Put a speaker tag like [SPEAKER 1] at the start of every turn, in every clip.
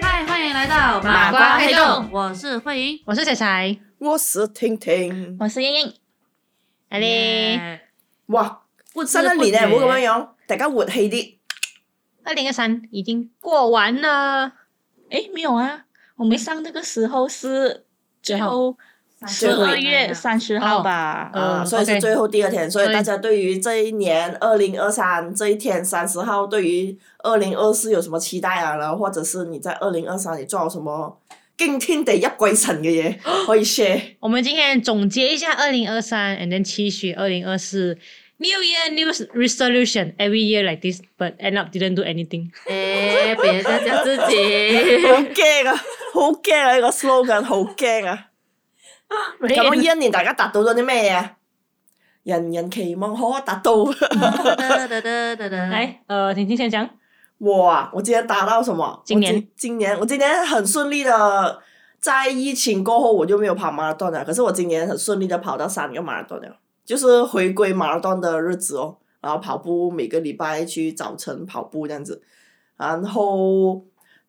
[SPEAKER 1] 嗨，欢迎来到
[SPEAKER 2] 麻瓜黑洞，
[SPEAKER 1] 我是慧莹。
[SPEAKER 2] 我是彩彩，
[SPEAKER 3] 我是婷婷，
[SPEAKER 2] 我是英英，阿丽，
[SPEAKER 1] 耶
[SPEAKER 3] 哇，
[SPEAKER 1] 不知
[SPEAKER 3] 新一年咧
[SPEAKER 1] 不
[SPEAKER 3] 唔
[SPEAKER 1] 覺
[SPEAKER 3] 好咁樣樣，大家活氣啲。
[SPEAKER 2] 二零二三已经过完了，
[SPEAKER 4] 诶，没有啊，我们上这个时候是最后十
[SPEAKER 3] 最后
[SPEAKER 4] 二月三十号吧？
[SPEAKER 2] 哦
[SPEAKER 3] 啊，
[SPEAKER 2] 嗯
[SPEAKER 3] 所以
[SPEAKER 2] OK
[SPEAKER 3] 是最后第二天，所以
[SPEAKER 2] 所以
[SPEAKER 3] 大家对于这一年二零二三这一天三十号，对于二零二四有什么期待啊？然后或者是你在二零二三你做了什么惊天地泣鬼神嘅 嘢可以 share？
[SPEAKER 2] 哦我们今天总结一下二零二三，and then 期许二零二四。New Year, New Resolution. Every year like this, but end up didn't do anything.
[SPEAKER 1] 哎，别再叫自己。
[SPEAKER 3] 好驚啊！好驚啊！呢個 slogan 好驚啊！咁
[SPEAKER 4] 啊
[SPEAKER 3] 呢一年大家達到咗啲咩嘢啊？人人期望可達到。
[SPEAKER 2] 来，呃，婷婷先讲。
[SPEAKER 3] 我啊，我今天达到什么？
[SPEAKER 2] 今年
[SPEAKER 3] 我今今年我今年很顺利的，在疫情过后我就没有跑马拉松了，可是我今年很顺利的跑到三个马拉松了，就是回归马拉松的日子哦。然后跑步每个礼拜去早晨跑步这样子，然后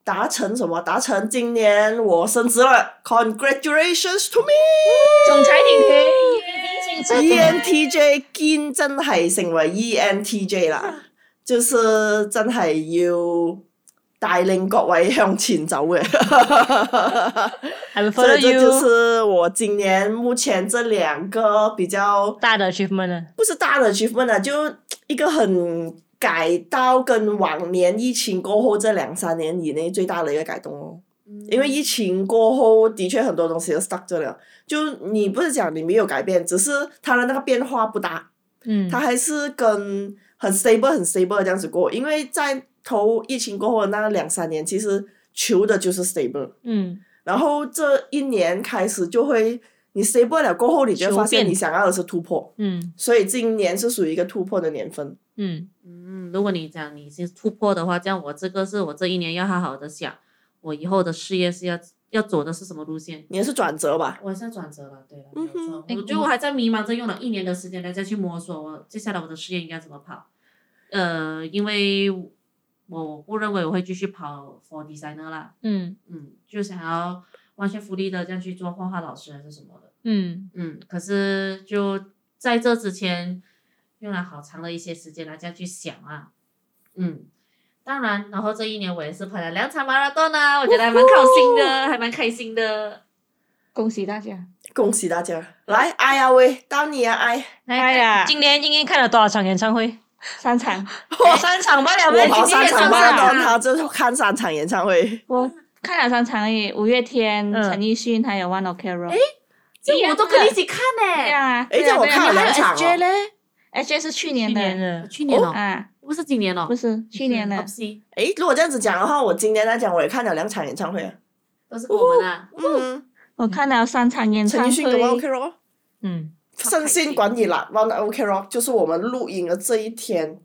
[SPEAKER 3] 达成什么？达成今年我升职了，Congratulations to me！
[SPEAKER 4] 总裁婷婷，
[SPEAKER 3] E ENTJ 堅真係成 E 為 ENTJ 啦，就是真係要帶領各位向前走嘅。
[SPEAKER 2] I will
[SPEAKER 3] 所
[SPEAKER 2] follow
[SPEAKER 3] 以這就
[SPEAKER 2] you.
[SPEAKER 3] 是我今年目前這兩個比較
[SPEAKER 2] 大的 achievement 了。
[SPEAKER 3] 不是大的 achievement 啊，就一個很改到跟往年疫情過後這兩三年以內最大的一個改動咯。因为疫情过后，的确很多东西都 stuck 着了。就你不是讲你没有改变，只是它的那个变化不大，
[SPEAKER 2] 嗯
[SPEAKER 3] 它还是跟很 stable、很 stable 地这样子过。因为在头疫情过后的那两三年，其实求的就是 stable。
[SPEAKER 2] 嗯，
[SPEAKER 3] 然后这一年开始就会，你 stable 了过后，你就会发
[SPEAKER 2] 求
[SPEAKER 3] 现
[SPEAKER 2] 变
[SPEAKER 3] 你想要的是突破。
[SPEAKER 2] 嗯
[SPEAKER 3] 所以今年是属于一个突破的年份。
[SPEAKER 2] 嗯，
[SPEAKER 1] 嗯，如果你讲你是突破的话，这样我这个是我这一年要好好的想，我以后的事业是要要走的是什么路线。
[SPEAKER 3] 你也是转折吧？
[SPEAKER 1] 我现在转折了，对了，没
[SPEAKER 3] 嗯
[SPEAKER 1] 有
[SPEAKER 3] 哼
[SPEAKER 1] 错。
[SPEAKER 2] 哎
[SPEAKER 1] 我觉得我还在迷茫着，用了一年的时间来再去摸索我接下来我的事业应该怎么跑。呃，因为我不认为我会继续跑 for designer 啦，
[SPEAKER 2] 嗯
[SPEAKER 1] 嗯，就想要完全福利的这样去做画画老师还是什么的，
[SPEAKER 2] 嗯
[SPEAKER 1] 嗯，可是就在这之前用了好长的一些时间来这样去想啊，嗯。当然，然后这一年我也是跑了两场马拉松啊，我觉得还蛮靠心的，还蛮开心的。
[SPEAKER 4] 恭喜大家！
[SPEAKER 3] 恭喜大家！来，哎呀喂，到你啊，哎，
[SPEAKER 4] 哎呀，
[SPEAKER 2] 今年英英看了多少场演唱会？哎
[SPEAKER 4] 三场，
[SPEAKER 2] 三场吧，两
[SPEAKER 3] 我
[SPEAKER 2] 位
[SPEAKER 3] 跑
[SPEAKER 2] 今
[SPEAKER 3] 三
[SPEAKER 2] 天也
[SPEAKER 3] 场
[SPEAKER 2] 上
[SPEAKER 3] 马拉
[SPEAKER 2] 场啊
[SPEAKER 3] 松，他就看三场演唱会。
[SPEAKER 4] 我看了三场而已。五月天、
[SPEAKER 2] 嗯
[SPEAKER 4] 陈奕迅还有 One Ok Rock。哎，
[SPEAKER 1] 这我都跟你一起看
[SPEAKER 4] 这
[SPEAKER 1] 呢、
[SPEAKER 4] 样啊？
[SPEAKER 3] 哎这样我看了两场哦
[SPEAKER 4] 还有 SJ 嘞，SJ 是去年
[SPEAKER 2] 去年
[SPEAKER 4] 的
[SPEAKER 2] 的，
[SPEAKER 1] 去年哦，
[SPEAKER 4] 啊，
[SPEAKER 1] 不是今年哦，
[SPEAKER 4] 不是去年的
[SPEAKER 1] 嗯，，Oopsie，
[SPEAKER 3] 诶，如果这样子讲的话，我今天来讲，我也看了两场演唱会啊。
[SPEAKER 1] 都是我们
[SPEAKER 4] 哦
[SPEAKER 1] 啊。
[SPEAKER 3] 嗯，
[SPEAKER 4] 我看了三场演
[SPEAKER 3] 陈
[SPEAKER 4] 唱
[SPEAKER 3] 奕迅的 One Ok
[SPEAKER 4] 会。
[SPEAKER 3] Rock，
[SPEAKER 2] 嗯
[SPEAKER 3] 圣心管理啦，One Ok Rock 就是我们录音的这一天，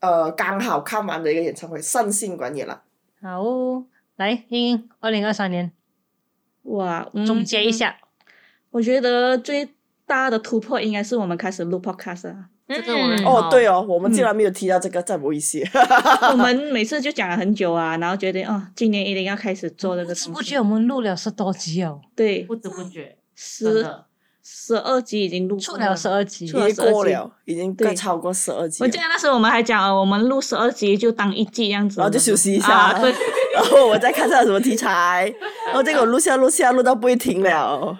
[SPEAKER 3] 呃，刚好看完的一个演唱会，圣心管理啦。
[SPEAKER 2] 好哦，来英英，二零二三年
[SPEAKER 4] 哇，
[SPEAKER 2] 总
[SPEAKER 4] 嗯
[SPEAKER 2] 结一下，
[SPEAKER 4] 我觉得最大的突破应该是我们开始录 podcast 啊了。
[SPEAKER 1] 这个我认
[SPEAKER 2] 嗯
[SPEAKER 1] 同
[SPEAKER 3] 哦，对哦，我们竟然没有提到这个，真不好意思。
[SPEAKER 4] 我们每次就讲了很久啊，然后决定哦，今年一定要开始做这个
[SPEAKER 2] 不
[SPEAKER 4] 东
[SPEAKER 2] 知
[SPEAKER 4] 西。
[SPEAKER 2] 不觉我们录了十多集哦，
[SPEAKER 4] 对，
[SPEAKER 1] 不知不
[SPEAKER 4] 哦
[SPEAKER 1] 觉，真
[SPEAKER 4] 十
[SPEAKER 1] 的，
[SPEAKER 4] 十二集已经录
[SPEAKER 2] 出
[SPEAKER 4] 过
[SPEAKER 2] 了十。二集
[SPEAKER 3] 已，
[SPEAKER 4] 出了
[SPEAKER 3] 经过
[SPEAKER 4] 12集
[SPEAKER 3] 了，已经
[SPEAKER 4] 对
[SPEAKER 3] 快超过十二集啊
[SPEAKER 4] 我
[SPEAKER 3] 了
[SPEAKER 4] 记，得那时候我们还讲，哦，我们录十二集就当一季这样子，
[SPEAKER 3] 哦然后就休息一下
[SPEAKER 4] 啊对，
[SPEAKER 3] 然后我再看下有什么题材，然后这个我录下录下录到不会停了。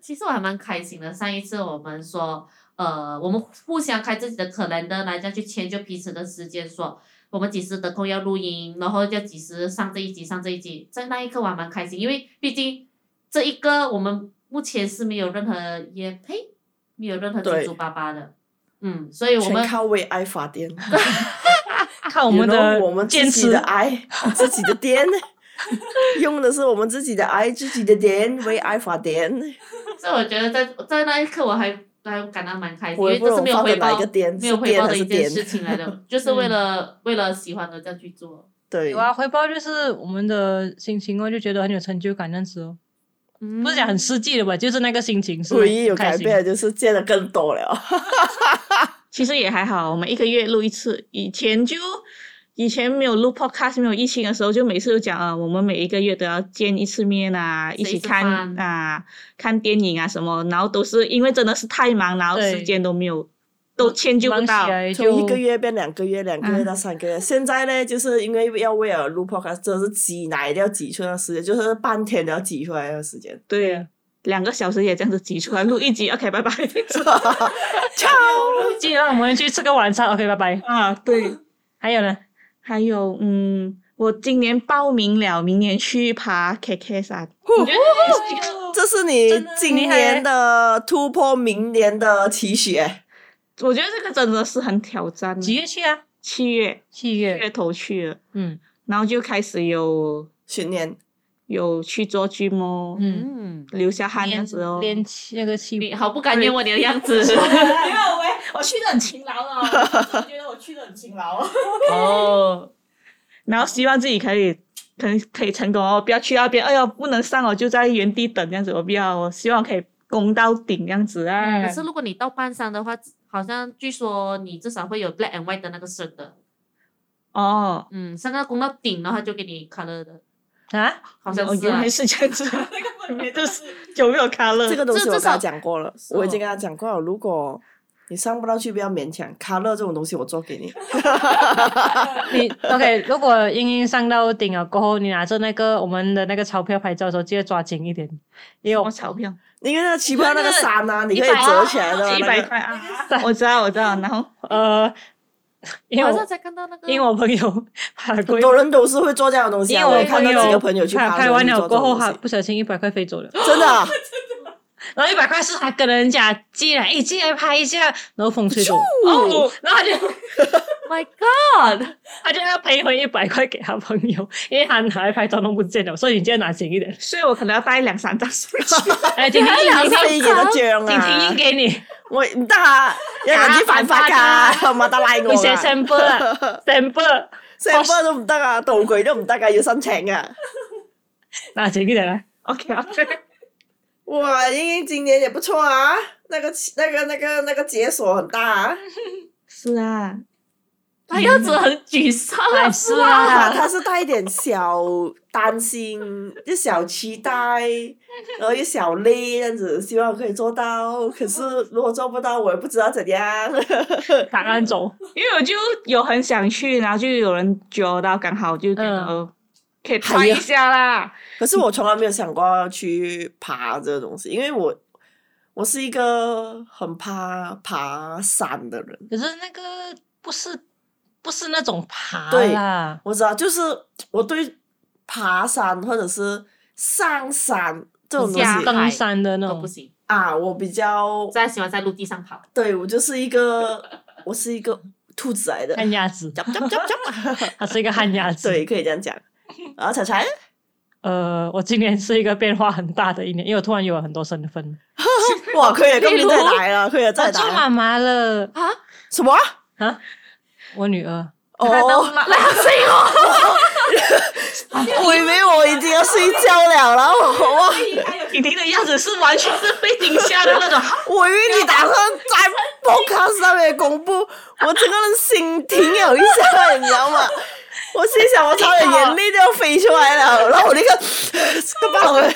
[SPEAKER 1] 其实我还蛮开心的。上一次我们说，呃，我们互相开自己的 calendar 来这样去迁就彼此的时间，说我们几时得空要录音，然后要几时上这一集，上这一集。在那一刻我还蛮开心，因为毕竟这一个我们目前是没有任何也呸，没有任何
[SPEAKER 3] 对
[SPEAKER 1] 七七八八的，嗯，所以我们
[SPEAKER 3] 全靠为爱发电，
[SPEAKER 2] 看我
[SPEAKER 3] 我
[SPEAKER 2] 们的
[SPEAKER 3] 我们
[SPEAKER 2] 坚
[SPEAKER 3] 自己
[SPEAKER 2] 持
[SPEAKER 3] 的爱， 自己的电，用的是我们自己的爱，自己的电为爱发电。
[SPEAKER 1] 所以我觉得在在那一刻我还还感到蛮开心，因
[SPEAKER 3] 我也
[SPEAKER 1] 为
[SPEAKER 3] 不
[SPEAKER 1] 这是
[SPEAKER 3] 懂
[SPEAKER 1] 没有
[SPEAKER 3] 发
[SPEAKER 1] 回
[SPEAKER 3] 的哪一
[SPEAKER 1] 报
[SPEAKER 3] 个电，
[SPEAKER 1] 没
[SPEAKER 3] 是
[SPEAKER 1] 有回报
[SPEAKER 3] 电
[SPEAKER 1] 的
[SPEAKER 3] 还是嗯
[SPEAKER 1] 一件
[SPEAKER 3] 电？
[SPEAKER 1] 事情来 的，就是为了为了喜欢的这样去做。
[SPEAKER 3] 对
[SPEAKER 2] 有，啊，回报就是我们的心情哦，就觉得很有成就感这样子哦，不是讲很实际的吧，就是那个心情是
[SPEAKER 3] 唯一有
[SPEAKER 2] 很开
[SPEAKER 3] 改
[SPEAKER 2] 心
[SPEAKER 3] 变的就是见的更多了。
[SPEAKER 4] 其实也还好，我们一个月录一次，以前就以前没有录 podcast，没有疫情的时候，就每次都讲啊，我们每一个月都要见一次面啊，
[SPEAKER 1] 吃
[SPEAKER 4] 一起
[SPEAKER 1] 一次
[SPEAKER 4] 看
[SPEAKER 1] 饭
[SPEAKER 4] 啊，看电影啊什么，然后都是因为真的是太忙，然后
[SPEAKER 2] 对
[SPEAKER 4] 时间都没有，都迁就不
[SPEAKER 2] 忙
[SPEAKER 4] 到
[SPEAKER 2] 起。来
[SPEAKER 3] 从一
[SPEAKER 2] 就
[SPEAKER 3] 个月变两个月，两个月
[SPEAKER 4] 嗯
[SPEAKER 3] 到三个月。现在呢，就是因为要为了录 podcast，真的是挤奶都要挤出来的时间，就是半天都要挤出来的时 间。
[SPEAKER 4] 对呀，两个小时也这样子挤出来录一集，OK，拜拜。
[SPEAKER 3] 操！
[SPEAKER 2] 今天让我们去吃个晚餐，OK，拜拜。
[SPEAKER 4] 啊，对。
[SPEAKER 2] 还有呢，
[SPEAKER 4] 还有，嗯，我今年报名了，明年去爬 KK 山。
[SPEAKER 3] 呼
[SPEAKER 4] 我觉得也是一个，
[SPEAKER 3] 这是你
[SPEAKER 2] 真的
[SPEAKER 3] 今
[SPEAKER 2] 厉害欸
[SPEAKER 3] 年的突破，明年的期许欸。
[SPEAKER 4] 我觉得这个真的是很挑战。
[SPEAKER 2] 几月去啊？
[SPEAKER 4] 七月
[SPEAKER 2] 七
[SPEAKER 4] 七
[SPEAKER 2] 月。
[SPEAKER 4] 月头去了，
[SPEAKER 2] 嗯
[SPEAKER 4] 然后就开始有
[SPEAKER 3] 训练
[SPEAKER 4] 有去做 gym 哦，
[SPEAKER 2] 嗯，
[SPEAKER 1] 嗯，
[SPEAKER 4] 流下汗这样
[SPEAKER 2] 练
[SPEAKER 4] 子哦。
[SPEAKER 2] 练气那个气
[SPEAKER 1] 你好不甘愿我你的样子。
[SPEAKER 5] 没有喂，我去的很勤劳了，我觉得我去的很勤劳哦。
[SPEAKER 2] 哦，
[SPEAKER 4] 然后希望自己可以可以可以成功哦，不要去那边，哎呦不能上，我就在原地等这样子，我不要，我希望可以攻到顶这样子啊
[SPEAKER 2] 嗯
[SPEAKER 1] 可。是如果你到半山的话，好像据说你至少会有 black and white 的那个色的，
[SPEAKER 4] 哦，
[SPEAKER 1] 嗯，上到攻到顶的话就给你 color 的，
[SPEAKER 2] 啊，
[SPEAKER 1] 好像
[SPEAKER 4] 我
[SPEAKER 1] 是、
[SPEAKER 4] 哦原
[SPEAKER 1] 啊
[SPEAKER 4] 来。是这样 子，
[SPEAKER 5] 那个分别
[SPEAKER 4] 就
[SPEAKER 5] 就是是
[SPEAKER 4] 有没有卡
[SPEAKER 2] 嗯
[SPEAKER 4] 了？
[SPEAKER 3] 这个东西，
[SPEAKER 1] 这
[SPEAKER 3] 我
[SPEAKER 1] 这
[SPEAKER 3] 跟他
[SPEAKER 1] 少
[SPEAKER 3] 讲过了，
[SPEAKER 1] 是
[SPEAKER 3] 我已
[SPEAKER 1] 哦
[SPEAKER 3] 经跟他讲过了。如果你上不到去，不要勉强。卡乐这种东西，我做给你。
[SPEAKER 2] 你 OK？如果英英上到顶了过后，你拿着那个我们的那个钞票拍照的时候，记得抓紧一点，因为
[SPEAKER 4] 我
[SPEAKER 2] 我
[SPEAKER 4] 钞票
[SPEAKER 3] 因为那旗袍那个伞啊，你可以
[SPEAKER 2] 100
[SPEAKER 3] 折起来的
[SPEAKER 4] 一
[SPEAKER 3] 那
[SPEAKER 4] 百
[SPEAKER 3] 个。
[SPEAKER 4] 块啊，我知道我知道，然后
[SPEAKER 2] 呃， 因为
[SPEAKER 1] 好像
[SPEAKER 2] 我
[SPEAKER 1] 才看到那个，
[SPEAKER 2] 因为我朋友爬过
[SPEAKER 3] 很，多人都是会做这样的东西、
[SPEAKER 2] 因
[SPEAKER 3] 啊，
[SPEAKER 2] 为我
[SPEAKER 3] 也看到几个朋友去
[SPEAKER 2] 拍
[SPEAKER 3] 爬山
[SPEAKER 2] 拍完
[SPEAKER 3] 去
[SPEAKER 2] 了
[SPEAKER 3] 做这
[SPEAKER 2] 过后，
[SPEAKER 3] 种
[SPEAKER 2] 他
[SPEAKER 3] 东西
[SPEAKER 2] 不小心一百块飞走了。
[SPEAKER 3] 真 的、啊，
[SPEAKER 2] 然后一百块是他跟人家借来，哎，进来拍一下，然后风吹走，
[SPEAKER 4] 哦，
[SPEAKER 2] 然后他就
[SPEAKER 1] My God，
[SPEAKER 2] 他就要赔回一百块给他朋友，因为他拿来拍照弄不见了，所以你记得拿紧一点。
[SPEAKER 4] 所以我可能要带两三张上去。
[SPEAKER 2] 哎，婷婷，
[SPEAKER 3] 还
[SPEAKER 2] 婷
[SPEAKER 3] 是
[SPEAKER 2] 婷，
[SPEAKER 3] 你给 他奖
[SPEAKER 2] 婷婷
[SPEAKER 3] 啊
[SPEAKER 2] 应！给你，
[SPEAKER 3] 我唔得啊，有人啲犯法㗎，冇得拉
[SPEAKER 2] 你
[SPEAKER 3] 我
[SPEAKER 2] 写
[SPEAKER 3] 啊！
[SPEAKER 2] sample 啊，sample，
[SPEAKER 3] 成班都唔得啊，道具都唔得㗎，要申啊請㗎。
[SPEAKER 2] 拿紧一点啊来。
[SPEAKER 4] OK OK，
[SPEAKER 3] 哇，英英今年也不錯啊，那個那个那个那个解锁很大啊。
[SPEAKER 4] 是啊，
[SPEAKER 1] 他样子很沮丧啊，
[SPEAKER 2] 哎
[SPEAKER 1] 是
[SPEAKER 2] 是
[SPEAKER 1] 吧？
[SPEAKER 3] 他
[SPEAKER 2] 啊，
[SPEAKER 3] 他是带一点小担心，一小期待，然后一小累这样子，希望可以做到。可是如果做不到，我也不知道怎样。
[SPEAKER 2] 打案走，
[SPEAKER 4] 因为我就有很想去，然后就有人揪到，刚好就觉得、
[SPEAKER 2] 嗯
[SPEAKER 4] 呃可以
[SPEAKER 3] 哎
[SPEAKER 4] 拍一
[SPEAKER 3] 呀
[SPEAKER 4] 下啦。
[SPEAKER 3] 可是我从来没有想过要去爬这个东西，因为我我是一个很怕爬山的人。
[SPEAKER 2] 可是那个不是不是那种爬
[SPEAKER 3] 对
[SPEAKER 2] 啦，
[SPEAKER 3] 我知道，就是我对爬山或者是上山这种东
[SPEAKER 1] 下山
[SPEAKER 3] 西
[SPEAKER 2] 登山的那
[SPEAKER 1] 都
[SPEAKER 2] 种
[SPEAKER 1] 不。行，
[SPEAKER 3] 啊，我比较
[SPEAKER 1] 我再喜欢在陆地上跑。
[SPEAKER 3] 对我就是一个我是一个兔子来的。
[SPEAKER 2] 旱鸭子，
[SPEAKER 3] 叫叫叫叫，
[SPEAKER 2] 它是一个旱鸭子。
[SPEAKER 3] 对，可以这样讲。然后彩彩，
[SPEAKER 2] 呃，我今年是一个变化很大的一年，因为我突然有了很多身份，
[SPEAKER 3] 哇，可以，
[SPEAKER 1] 例
[SPEAKER 3] 跟
[SPEAKER 1] 如
[SPEAKER 3] 你再来了，可以
[SPEAKER 2] 我
[SPEAKER 3] 再
[SPEAKER 2] 做
[SPEAKER 3] 来
[SPEAKER 2] 妈妈了
[SPEAKER 1] 啊，
[SPEAKER 3] 什么？
[SPEAKER 2] 啊！我女儿，
[SPEAKER 3] 哦，
[SPEAKER 4] 那
[SPEAKER 3] 我以为我已经要睡觉了，然后我哇，
[SPEAKER 4] 婷婷的样子是完全是被惊吓的那 种，
[SPEAKER 3] 我以为你打算在 podcast 上面公布，我整个人心停了一下，你知道吗？ 我心想，我差点眼泪都要飞出来了，然后我那个这把我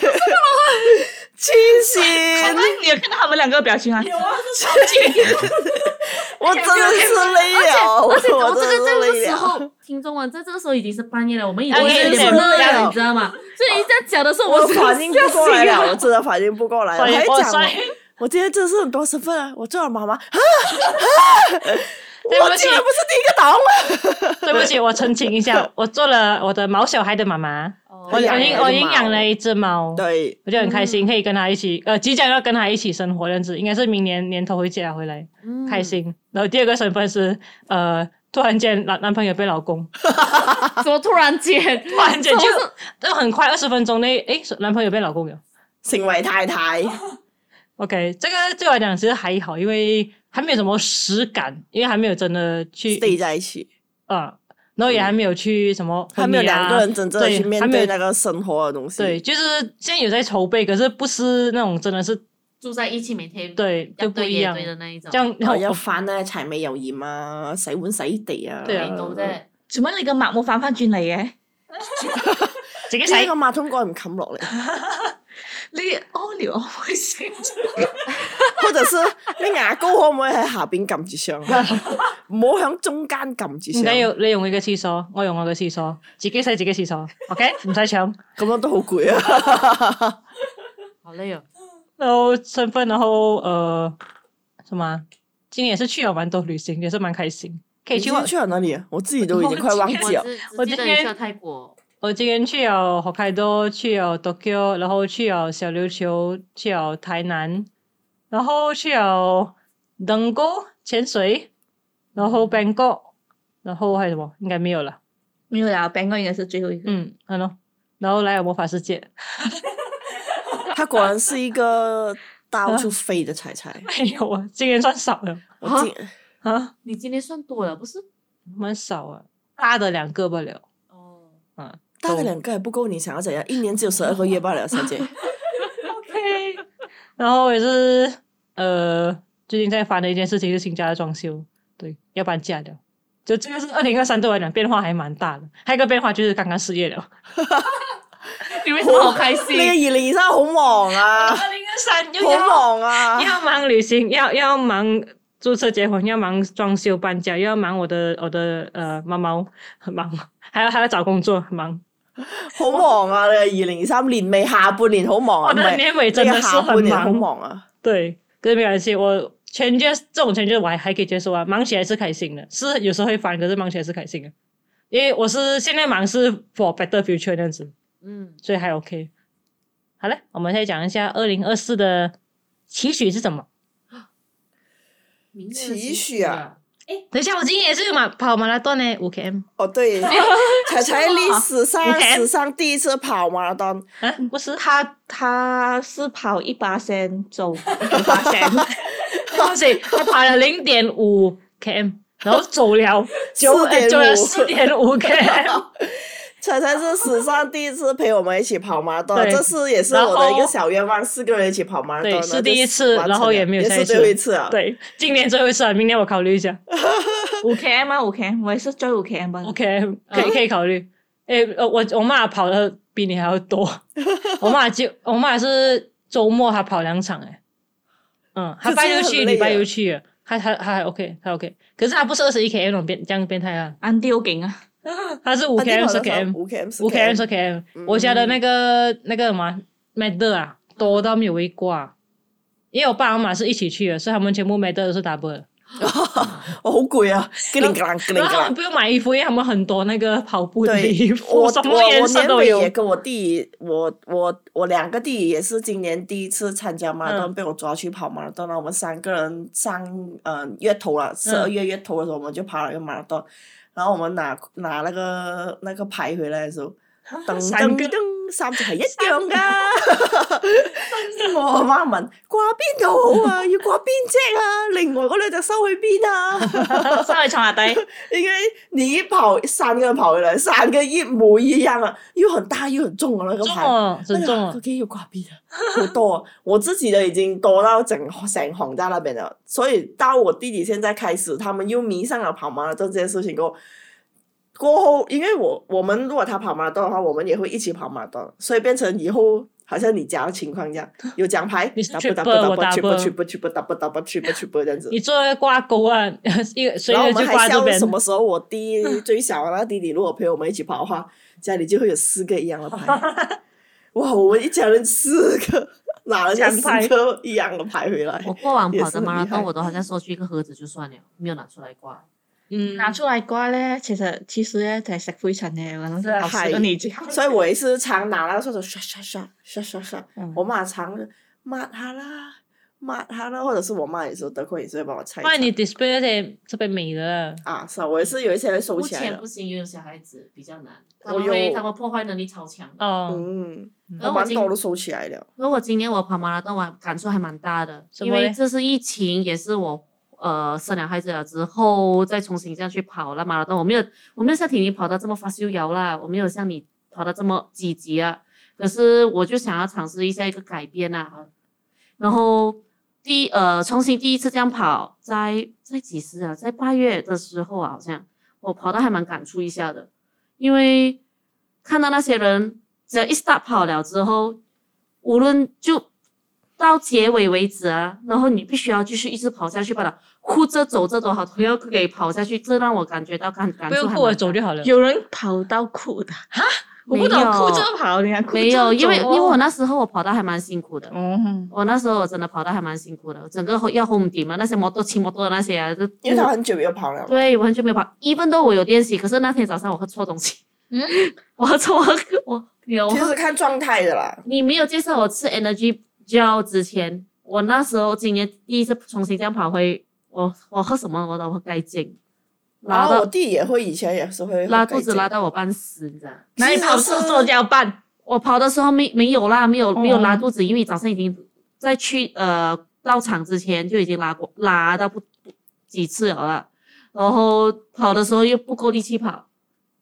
[SPEAKER 3] 清
[SPEAKER 4] 好
[SPEAKER 3] 醒，
[SPEAKER 4] 那哎你有看到他们两个表情啊？
[SPEAKER 5] 有啊，是
[SPEAKER 3] 我真的是累了，
[SPEAKER 1] 而且我
[SPEAKER 3] 我
[SPEAKER 1] 这
[SPEAKER 3] 真
[SPEAKER 1] 个在这
[SPEAKER 3] 的是
[SPEAKER 1] 个
[SPEAKER 3] 累
[SPEAKER 1] 时
[SPEAKER 3] 了。
[SPEAKER 1] 候，听众们在这个时候已经是半夜了，我们已
[SPEAKER 2] 我
[SPEAKER 1] 经
[SPEAKER 2] 已经
[SPEAKER 1] 有点
[SPEAKER 2] 点
[SPEAKER 1] 累
[SPEAKER 3] 累
[SPEAKER 1] 了，
[SPEAKER 3] 了
[SPEAKER 1] 你知道吗？所以一在讲的时候，
[SPEAKER 3] 我
[SPEAKER 1] 是
[SPEAKER 3] 反应不过来了，我真的反应不过来哎了。我
[SPEAKER 2] 所以
[SPEAKER 3] 还
[SPEAKER 2] 我
[SPEAKER 3] 讲
[SPEAKER 2] 所以
[SPEAKER 3] 我，我今天真的是很多身份啊！我做了妈 妈，啊
[SPEAKER 2] 对
[SPEAKER 3] 我
[SPEAKER 2] 不起
[SPEAKER 3] 竟，然不是第一个倒了。
[SPEAKER 2] 对不起，我澄清一下，我做了我的毛小孩的妈妈，
[SPEAKER 1] 哦
[SPEAKER 2] 我
[SPEAKER 3] 养
[SPEAKER 2] 已
[SPEAKER 3] 了一
[SPEAKER 2] 经
[SPEAKER 3] 只
[SPEAKER 2] 我已经
[SPEAKER 3] 猫
[SPEAKER 2] 养了一只猫，
[SPEAKER 3] 对，
[SPEAKER 2] 我就很开
[SPEAKER 1] 嗯
[SPEAKER 2] 心，可以跟他一起，呃，即将要跟他一起生活这样子，应该是明年年头会接他回来，开。
[SPEAKER 1] 嗯
[SPEAKER 2] 心。然后第二个身份是，呃，突然间男男朋友变老公，
[SPEAKER 1] 怎么突然间？
[SPEAKER 2] 突然间就
[SPEAKER 1] 怎么是
[SPEAKER 2] 就很快二十分钟内，诶，男朋友变老公了。
[SPEAKER 3] 行为太太，
[SPEAKER 2] OK，这个对我来讲其实还好，因为还没有什么实感，因为还没有真的去
[SPEAKER 3] stay 在一起，
[SPEAKER 2] 啊、然后也还没有去什
[SPEAKER 1] 嗯
[SPEAKER 2] 么、
[SPEAKER 3] 还没有两个人真正的去面
[SPEAKER 2] 啊还没有
[SPEAKER 3] 对那个生活的东西。
[SPEAKER 2] 对，就是现在有在筹备，可是不是那种真的是
[SPEAKER 1] 住在一起，每天
[SPEAKER 2] 对
[SPEAKER 1] 要
[SPEAKER 2] 就不
[SPEAKER 1] 对
[SPEAKER 2] 一
[SPEAKER 1] 也
[SPEAKER 2] 样，
[SPEAKER 1] 对的那一种，
[SPEAKER 3] 哦
[SPEAKER 1] 哦
[SPEAKER 2] 这样
[SPEAKER 3] 然后
[SPEAKER 2] 我
[SPEAKER 3] 要翻啊，柴米油盐啊，洗碗洗地啊，
[SPEAKER 1] 哎
[SPEAKER 2] 对啊
[SPEAKER 1] 每都在
[SPEAKER 4] 做乜你個脈冇反翻轉嚟嘅？
[SPEAKER 2] 自己洗
[SPEAKER 3] 呢個馬桶蓋唔冚落嚟，
[SPEAKER 4] 你啊屙尿我會死。
[SPEAKER 3] 或者是你牙膏可唔可以喺下邊撳住 上？唔好喺中間撳住
[SPEAKER 2] 唔
[SPEAKER 3] 上
[SPEAKER 2] 緊，要，你用你嘅廁所，我用我嘅廁所，自己洗自己廁所，OK，唔 使搶。
[SPEAKER 3] 咁樣都好 攰啊！
[SPEAKER 1] 好累哦。
[SPEAKER 2] 然后身份，然后呃，什么啊？今年也是去了蛮多旅行，也是蛮开心。可以
[SPEAKER 3] 你
[SPEAKER 2] 去
[SPEAKER 3] 今
[SPEAKER 2] 我
[SPEAKER 3] 天去了哪里啊？我自己都已经快忘
[SPEAKER 1] 我
[SPEAKER 3] 记啊了。
[SPEAKER 1] 只
[SPEAKER 2] 我
[SPEAKER 1] 只记
[SPEAKER 2] 今
[SPEAKER 1] 得你去
[SPEAKER 2] 天
[SPEAKER 1] 了泰国，
[SPEAKER 2] 我今天去了北海道，去了 Tokyo，然后去了小琉球，去了台南，然后去了登高潜水，然后 Bangkok，然后还有什么？应该没有了。
[SPEAKER 4] 没有啦，冰哥应该是最后一个。
[SPEAKER 2] 嗯，嗯咯，然后来了魔法世界，
[SPEAKER 3] 他果然是一个到处飞的彩 彩。
[SPEAKER 2] 没有啊，今年算少了
[SPEAKER 3] 我
[SPEAKER 1] 啊
[SPEAKER 3] 今
[SPEAKER 2] 啊，
[SPEAKER 1] 你今天算多了不是？
[SPEAKER 2] 蛮少啊，大的两个不了。
[SPEAKER 1] 哦，
[SPEAKER 2] 嗯，
[SPEAKER 3] 大概两个也不够，你想要怎样？一年只有十二个月罢了，啊小 姐。
[SPEAKER 2] OK，然后也是呃，最近在烦的一件事情是新家的装修，对，要搬家了。就这个是二零二三对我来讲变化还蛮大的，还有一个变化就是刚刚失业了。
[SPEAKER 1] 你为什么好开心？
[SPEAKER 3] 呢个二零二三好忙啊，
[SPEAKER 2] 二零二三又
[SPEAKER 3] 好
[SPEAKER 2] 要
[SPEAKER 3] 忙啊！
[SPEAKER 2] 要忙旅行，要要忙注册结婚，要忙装修搬家，又要忙我的我的呃猫猫，很忙，还要还要找工作，很忙。
[SPEAKER 3] 好忙啊！你二零二三年尾下半年好忙啊，
[SPEAKER 2] 我
[SPEAKER 3] 唔
[SPEAKER 2] 的
[SPEAKER 3] 系
[SPEAKER 2] 年尾真
[SPEAKER 3] 呢
[SPEAKER 2] 的
[SPEAKER 3] 个
[SPEAKER 2] 是
[SPEAKER 3] 下
[SPEAKER 2] 很
[SPEAKER 3] 半年好
[SPEAKER 2] 忙，
[SPEAKER 3] 忙啊！
[SPEAKER 2] 对，可是没关系，我全觉这种全觉我还还可以接受啊，忙起来是开心的，是有时候会烦，可是忙起来是开心的，因为我是现在忙是 for better future 那样子，
[SPEAKER 1] 嗯，
[SPEAKER 2] 所以还 OK。好嘞，我们再讲一下二零二四的期许是什么。
[SPEAKER 1] 明年的
[SPEAKER 3] 期
[SPEAKER 1] 期
[SPEAKER 3] 许啊，
[SPEAKER 2] 等一下，我今天也是有马跑马拉松呢，五 km
[SPEAKER 3] 哦 对，彩彩历史
[SPEAKER 2] 你
[SPEAKER 3] 上
[SPEAKER 2] 看
[SPEAKER 3] 史上第一次跑马拉松，
[SPEAKER 2] 啊，不是，
[SPEAKER 4] 他他是跑一八线 走一八线，
[SPEAKER 2] 不是，我跑了零点五 km，然后走了九
[SPEAKER 3] 4.5
[SPEAKER 2] 走了四点五 km，
[SPEAKER 3] 彩彩是史上第一次陪我们一起跑马拉松，啊
[SPEAKER 2] 对
[SPEAKER 3] 这是也是
[SPEAKER 2] 然
[SPEAKER 3] 我的一
[SPEAKER 2] 后
[SPEAKER 3] 个小愿望，四个人一起跑马拉松
[SPEAKER 2] 对，
[SPEAKER 3] 呢，
[SPEAKER 2] 是第一
[SPEAKER 3] 就
[SPEAKER 2] 次，
[SPEAKER 3] 完成
[SPEAKER 2] 然后
[SPEAKER 3] 了
[SPEAKER 2] 也没有
[SPEAKER 3] 也
[SPEAKER 2] 下一
[SPEAKER 3] 是
[SPEAKER 2] 次
[SPEAKER 3] 最后一次啊。
[SPEAKER 2] 对，今年最后一次啊，明年我考虑一下。
[SPEAKER 4] 五 km 啊五 km，我也是追五 km 吧。
[SPEAKER 3] 嗯
[SPEAKER 2] OK，可以可以考虑。诶、呃，我我妈跑的比你还要 多，我妈就我妈是周末她跑两场诶、嗯，她
[SPEAKER 3] 这
[SPEAKER 2] 拜
[SPEAKER 3] 真
[SPEAKER 2] 六
[SPEAKER 3] 的很
[SPEAKER 2] 去，
[SPEAKER 3] 累啊
[SPEAKER 2] 礼拜
[SPEAKER 3] 耶
[SPEAKER 2] 六去了，她她她还 OK，她 OK，可是她不是二十一 km 那种变这样变态啊，
[SPEAKER 4] 安迪好劲啊！
[SPEAKER 2] 她是五 km 十 km，
[SPEAKER 3] 五 km
[SPEAKER 2] 五 km 十 km，我
[SPEAKER 3] 嗯
[SPEAKER 2] 家的那个那个什么 medal 啊，多到没有一挂，因为我爸我妈是一起去的，所以他们全部 medal 都是 double 的。
[SPEAKER 3] 我好攰啊，跟你讲，跟你
[SPEAKER 2] 然后他
[SPEAKER 3] 讲
[SPEAKER 2] 们。不用买衣服，因为他们很多那个跑步的
[SPEAKER 3] 对
[SPEAKER 2] 衣，
[SPEAKER 3] 我
[SPEAKER 2] 服，什
[SPEAKER 3] 我
[SPEAKER 2] 么颜
[SPEAKER 3] 我
[SPEAKER 2] 色
[SPEAKER 3] 年
[SPEAKER 2] 都
[SPEAKER 3] 尾
[SPEAKER 2] 有
[SPEAKER 3] 也。跟我弟，我我我两个弟也是今年第一次参加马
[SPEAKER 2] 嗯
[SPEAKER 3] 拉松，被我抓去跑马拉松了。我们三个人上呃月头了，十
[SPEAKER 2] 嗯
[SPEAKER 3] 二月月头的时候我们就跑了一个马拉松，然后我们拿拿那个那个牌回来的时候，噔
[SPEAKER 2] 啊三
[SPEAKER 3] 噔
[SPEAKER 2] 個
[SPEAKER 3] 噔，三隻係一樣噶。我媽問掛邊度好啊？要掛邊隻啊？另外嗰兩隻收去邊啊？
[SPEAKER 4] 稍微床下底，
[SPEAKER 3] 因為你一跑三個人跑回來，三個一模一樣啊，又很大又很重啊那個
[SPEAKER 2] 中
[SPEAKER 3] 牌。
[SPEAKER 2] 哦，
[SPEAKER 3] 那
[SPEAKER 2] 很中
[SPEAKER 3] 個
[SPEAKER 2] 哦
[SPEAKER 3] 究。竟要掛邊啊？好多、啊，我自己的已經多到整整行在那邊了，所以到我弟弟現在開始，他們又迷上了跑马拉松這件事情過後，过后因為我我們如果他跑马拉松的話，我們也會一起跑马拉松，所以變成以後好像你家的情況一樣，有獎牌，
[SPEAKER 2] 你是
[SPEAKER 3] double
[SPEAKER 2] triple，我 double
[SPEAKER 3] triple triple double double triple triple 這樣子。
[SPEAKER 2] 你做那个挂钩啊，一个随
[SPEAKER 3] 然后
[SPEAKER 2] 着
[SPEAKER 3] 我
[SPEAKER 2] 就
[SPEAKER 3] 们
[SPEAKER 2] 挂
[SPEAKER 3] 还
[SPEAKER 2] 这
[SPEAKER 3] 笑
[SPEAKER 2] 边
[SPEAKER 3] 什。么时候我弟
[SPEAKER 1] 嗯
[SPEAKER 3] 最小的那个弟弟如果陪我们一起跑的话，家里就会有四个一样 的牌。哇，我们一家人四个 拿了家四个一样的牌回来
[SPEAKER 1] 啊我，过往
[SPEAKER 3] 也
[SPEAKER 1] 跑
[SPEAKER 3] 是
[SPEAKER 1] 的
[SPEAKER 3] 很
[SPEAKER 1] 马拉
[SPEAKER 3] 厉害
[SPEAKER 1] 松，我都好像收去一个盒子就算了，没有拿出来挂。
[SPEAKER 2] 嗯，
[SPEAKER 4] 拿出嚟瓜咧，其實其實咧就係食灰塵嘅，我諗
[SPEAKER 1] 啊
[SPEAKER 3] 真係
[SPEAKER 4] 後
[SPEAKER 3] 係
[SPEAKER 4] 十年之後，
[SPEAKER 3] 所以我也是常拿那个刷子刷刷刷刷刷刷
[SPEAKER 4] 嗯，
[SPEAKER 3] 我妈常抹它啦，抹它啦，或者是我妈有时候得空也是会帮我拆一
[SPEAKER 2] 不然
[SPEAKER 3] 拆。
[SPEAKER 2] 你 display 在这边没了。
[SPEAKER 3] 啊，是啊，我也是有一些会收
[SPEAKER 1] 目
[SPEAKER 3] 起来
[SPEAKER 1] 前
[SPEAKER 3] 的
[SPEAKER 1] 不。行，因为有小孩子比较难，他
[SPEAKER 3] 我
[SPEAKER 1] 们会
[SPEAKER 3] 有
[SPEAKER 1] 他们破坏能力超强。
[SPEAKER 2] 哦，
[SPEAKER 3] 嗯，
[SPEAKER 1] 然
[SPEAKER 3] 我
[SPEAKER 1] 后我
[SPEAKER 3] 蛮
[SPEAKER 1] 今
[SPEAKER 3] 多都收起来了。
[SPEAKER 1] 如果今年我跑马拉松，我感触还蛮大的，
[SPEAKER 2] 什
[SPEAKER 1] 因
[SPEAKER 2] 么嘞
[SPEAKER 1] 为这是疫情，也是我呃生了孩子了之后再重新这样去跑了马拉松。我没有我没有像婷婷跑到这么发烧摇啦，我没有像你跑到这么积极啊。可是我就想要尝试一下一个改变啊，然后第一呃重新第一次这样跑，在在几时啊？在八月的时候啊，好像我跑到还蛮感触一下的，因为看到那些人只要一 start 跑了之后，无论就到结尾为止啊，然后你必须要继续一直跑下去，把它哭着走着都好，都要给跑下去，这让我感觉到感感
[SPEAKER 2] 不
[SPEAKER 1] 触还
[SPEAKER 2] 用
[SPEAKER 1] 蛮
[SPEAKER 2] 哭，我走
[SPEAKER 1] 大
[SPEAKER 2] 就好了。
[SPEAKER 4] 有人跑到哭的哈，我不懂
[SPEAKER 1] 没有
[SPEAKER 4] 哭着跑，人家哭着
[SPEAKER 1] 没有，因为因
[SPEAKER 4] 走
[SPEAKER 1] 为我那时候我跑到还蛮辛苦的，
[SPEAKER 4] 啊嗯，
[SPEAKER 1] 我那时候我真的跑到还蛮辛苦的，整个后要轰顶嘛，那些摩托骑摩托的那些啊，就
[SPEAKER 3] 因为他很久没有跑了嘛。
[SPEAKER 1] 对，我很久没有跑。even 都我有练习，可是那天早上我喝错东西， 我喝错，我喝我有
[SPEAKER 3] 嗯其实看状态的啦，
[SPEAKER 1] 你没有介绍我吃 energy gel 之前，我那时候今年第一次重新这样跑回，我我喝什么我都会盖劲，
[SPEAKER 3] 然
[SPEAKER 1] 拉
[SPEAKER 3] 后我
[SPEAKER 1] 到
[SPEAKER 3] 弟也会以前也是会
[SPEAKER 1] 拉肚子拉
[SPEAKER 3] 到，
[SPEAKER 1] 到我半死，你知道。
[SPEAKER 4] 哪里跑
[SPEAKER 3] 是
[SPEAKER 4] 是做交办？
[SPEAKER 1] 我跑的时候没没有啦，没有没有
[SPEAKER 4] 哦
[SPEAKER 1] 拉肚子，因为早上已经在去呃到场之前就已经拉过拉到不不几次了啦，然后跑的时候又不够力气跑，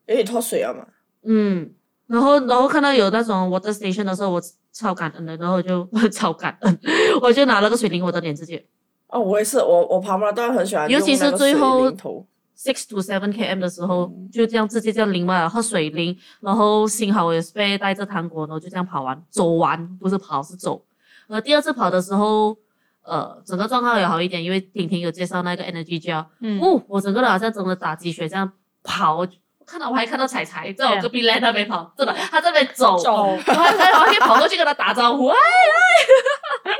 [SPEAKER 3] 有点脱水了啊嘛。
[SPEAKER 1] 嗯，然后然后看到有那种 water station 的时候，我超感恩的，然后我就 超感恩，我就拿了个水淋我的脸自己
[SPEAKER 3] 哦，我也是，我我跑马拉松很喜欢
[SPEAKER 1] 尤其
[SPEAKER 3] 用那
[SPEAKER 1] 是
[SPEAKER 3] 个
[SPEAKER 1] 最
[SPEAKER 3] 水
[SPEAKER 1] 后
[SPEAKER 3] 淋头
[SPEAKER 1] six to seven km 的时候，就这样直接这样淋嘛，喝水淋，然后幸好我也是被带着糖果，然后就这样跑完，走完不是跑是走。呃，第二次跑的时候，呃，整个状况也好一点，因为婷婷有介绍那个 energy gel，
[SPEAKER 2] 嗯，
[SPEAKER 1] 哦，我整个人好像真的打鸡血这样跑，我看到我还看到彩彩在我隔壁来那边跑，真的，她在那边走，
[SPEAKER 2] 走
[SPEAKER 1] 我还我还可以跑过去跟她打招呼，哎 哎，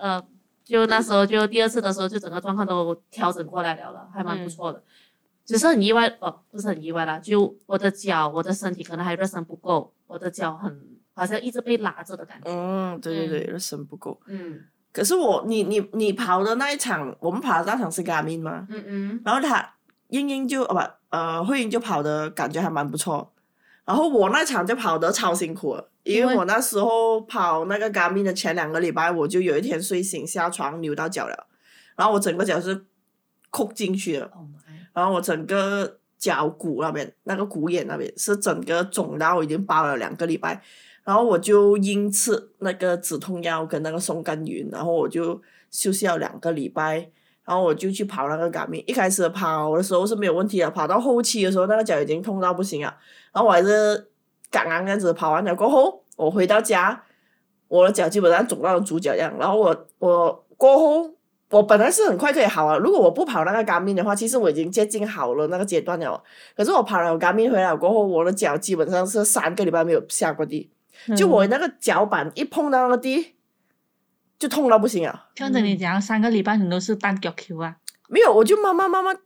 [SPEAKER 1] 呃，就那时候就第二次的时候，就整个状况都调整过来了了，还蛮不错的。只是很意外，哦，不是很意外啦，就我的脚，我的身体可能还热身不够，我的脚很好像一直被拉着的感觉。
[SPEAKER 3] 嗯，对对对，热身不够。
[SPEAKER 1] 嗯
[SPEAKER 3] 可是我你你你跑的那一场，我们跑的那场是 Garmin 吗？
[SPEAKER 1] 嗯嗯，
[SPEAKER 3] 然后他英英就哦不呃慧英就跑的感觉还蛮不错，然后我那场就跑得超辛苦了，因
[SPEAKER 2] 因
[SPEAKER 3] 为
[SPEAKER 2] 为
[SPEAKER 3] 我那时候跑那个 Garmin 的前两个礼拜，我就有一天睡醒下床扭到脚了，然后我整个脚是扣进去了，
[SPEAKER 2] Oh
[SPEAKER 1] 哦、my
[SPEAKER 3] 然后我整个脚骨那边那个骨眼那边是整个肿到已经包了两个礼拜，然后我就因吃那个止痛药跟那个松甘云，然后我就休息了两个礼拜。然后我就去跑那个嘎米，一开始跑的时候是没有问题的，跑到后期的时候那个脚已经痛到不行了，然后我还是刚刚这样子跑完了过后，我回到家，我的脚基本上肿到猪脚一样。然后我我过后，我本来是很快可以好啊。如果我不跑那个嘎米的话，其实我已经接近好了那个阶段了。可是我跑了嘎米回来过后，我的脚基本上是三个礼拜没有下过地，
[SPEAKER 1] 嗯
[SPEAKER 3] 就我那个脚板一碰到那个地，就痛到不行啊。
[SPEAKER 4] 看着你讲三个礼拜，你都是单脚 Q 啊，
[SPEAKER 3] 没有，我就慢慢慢慢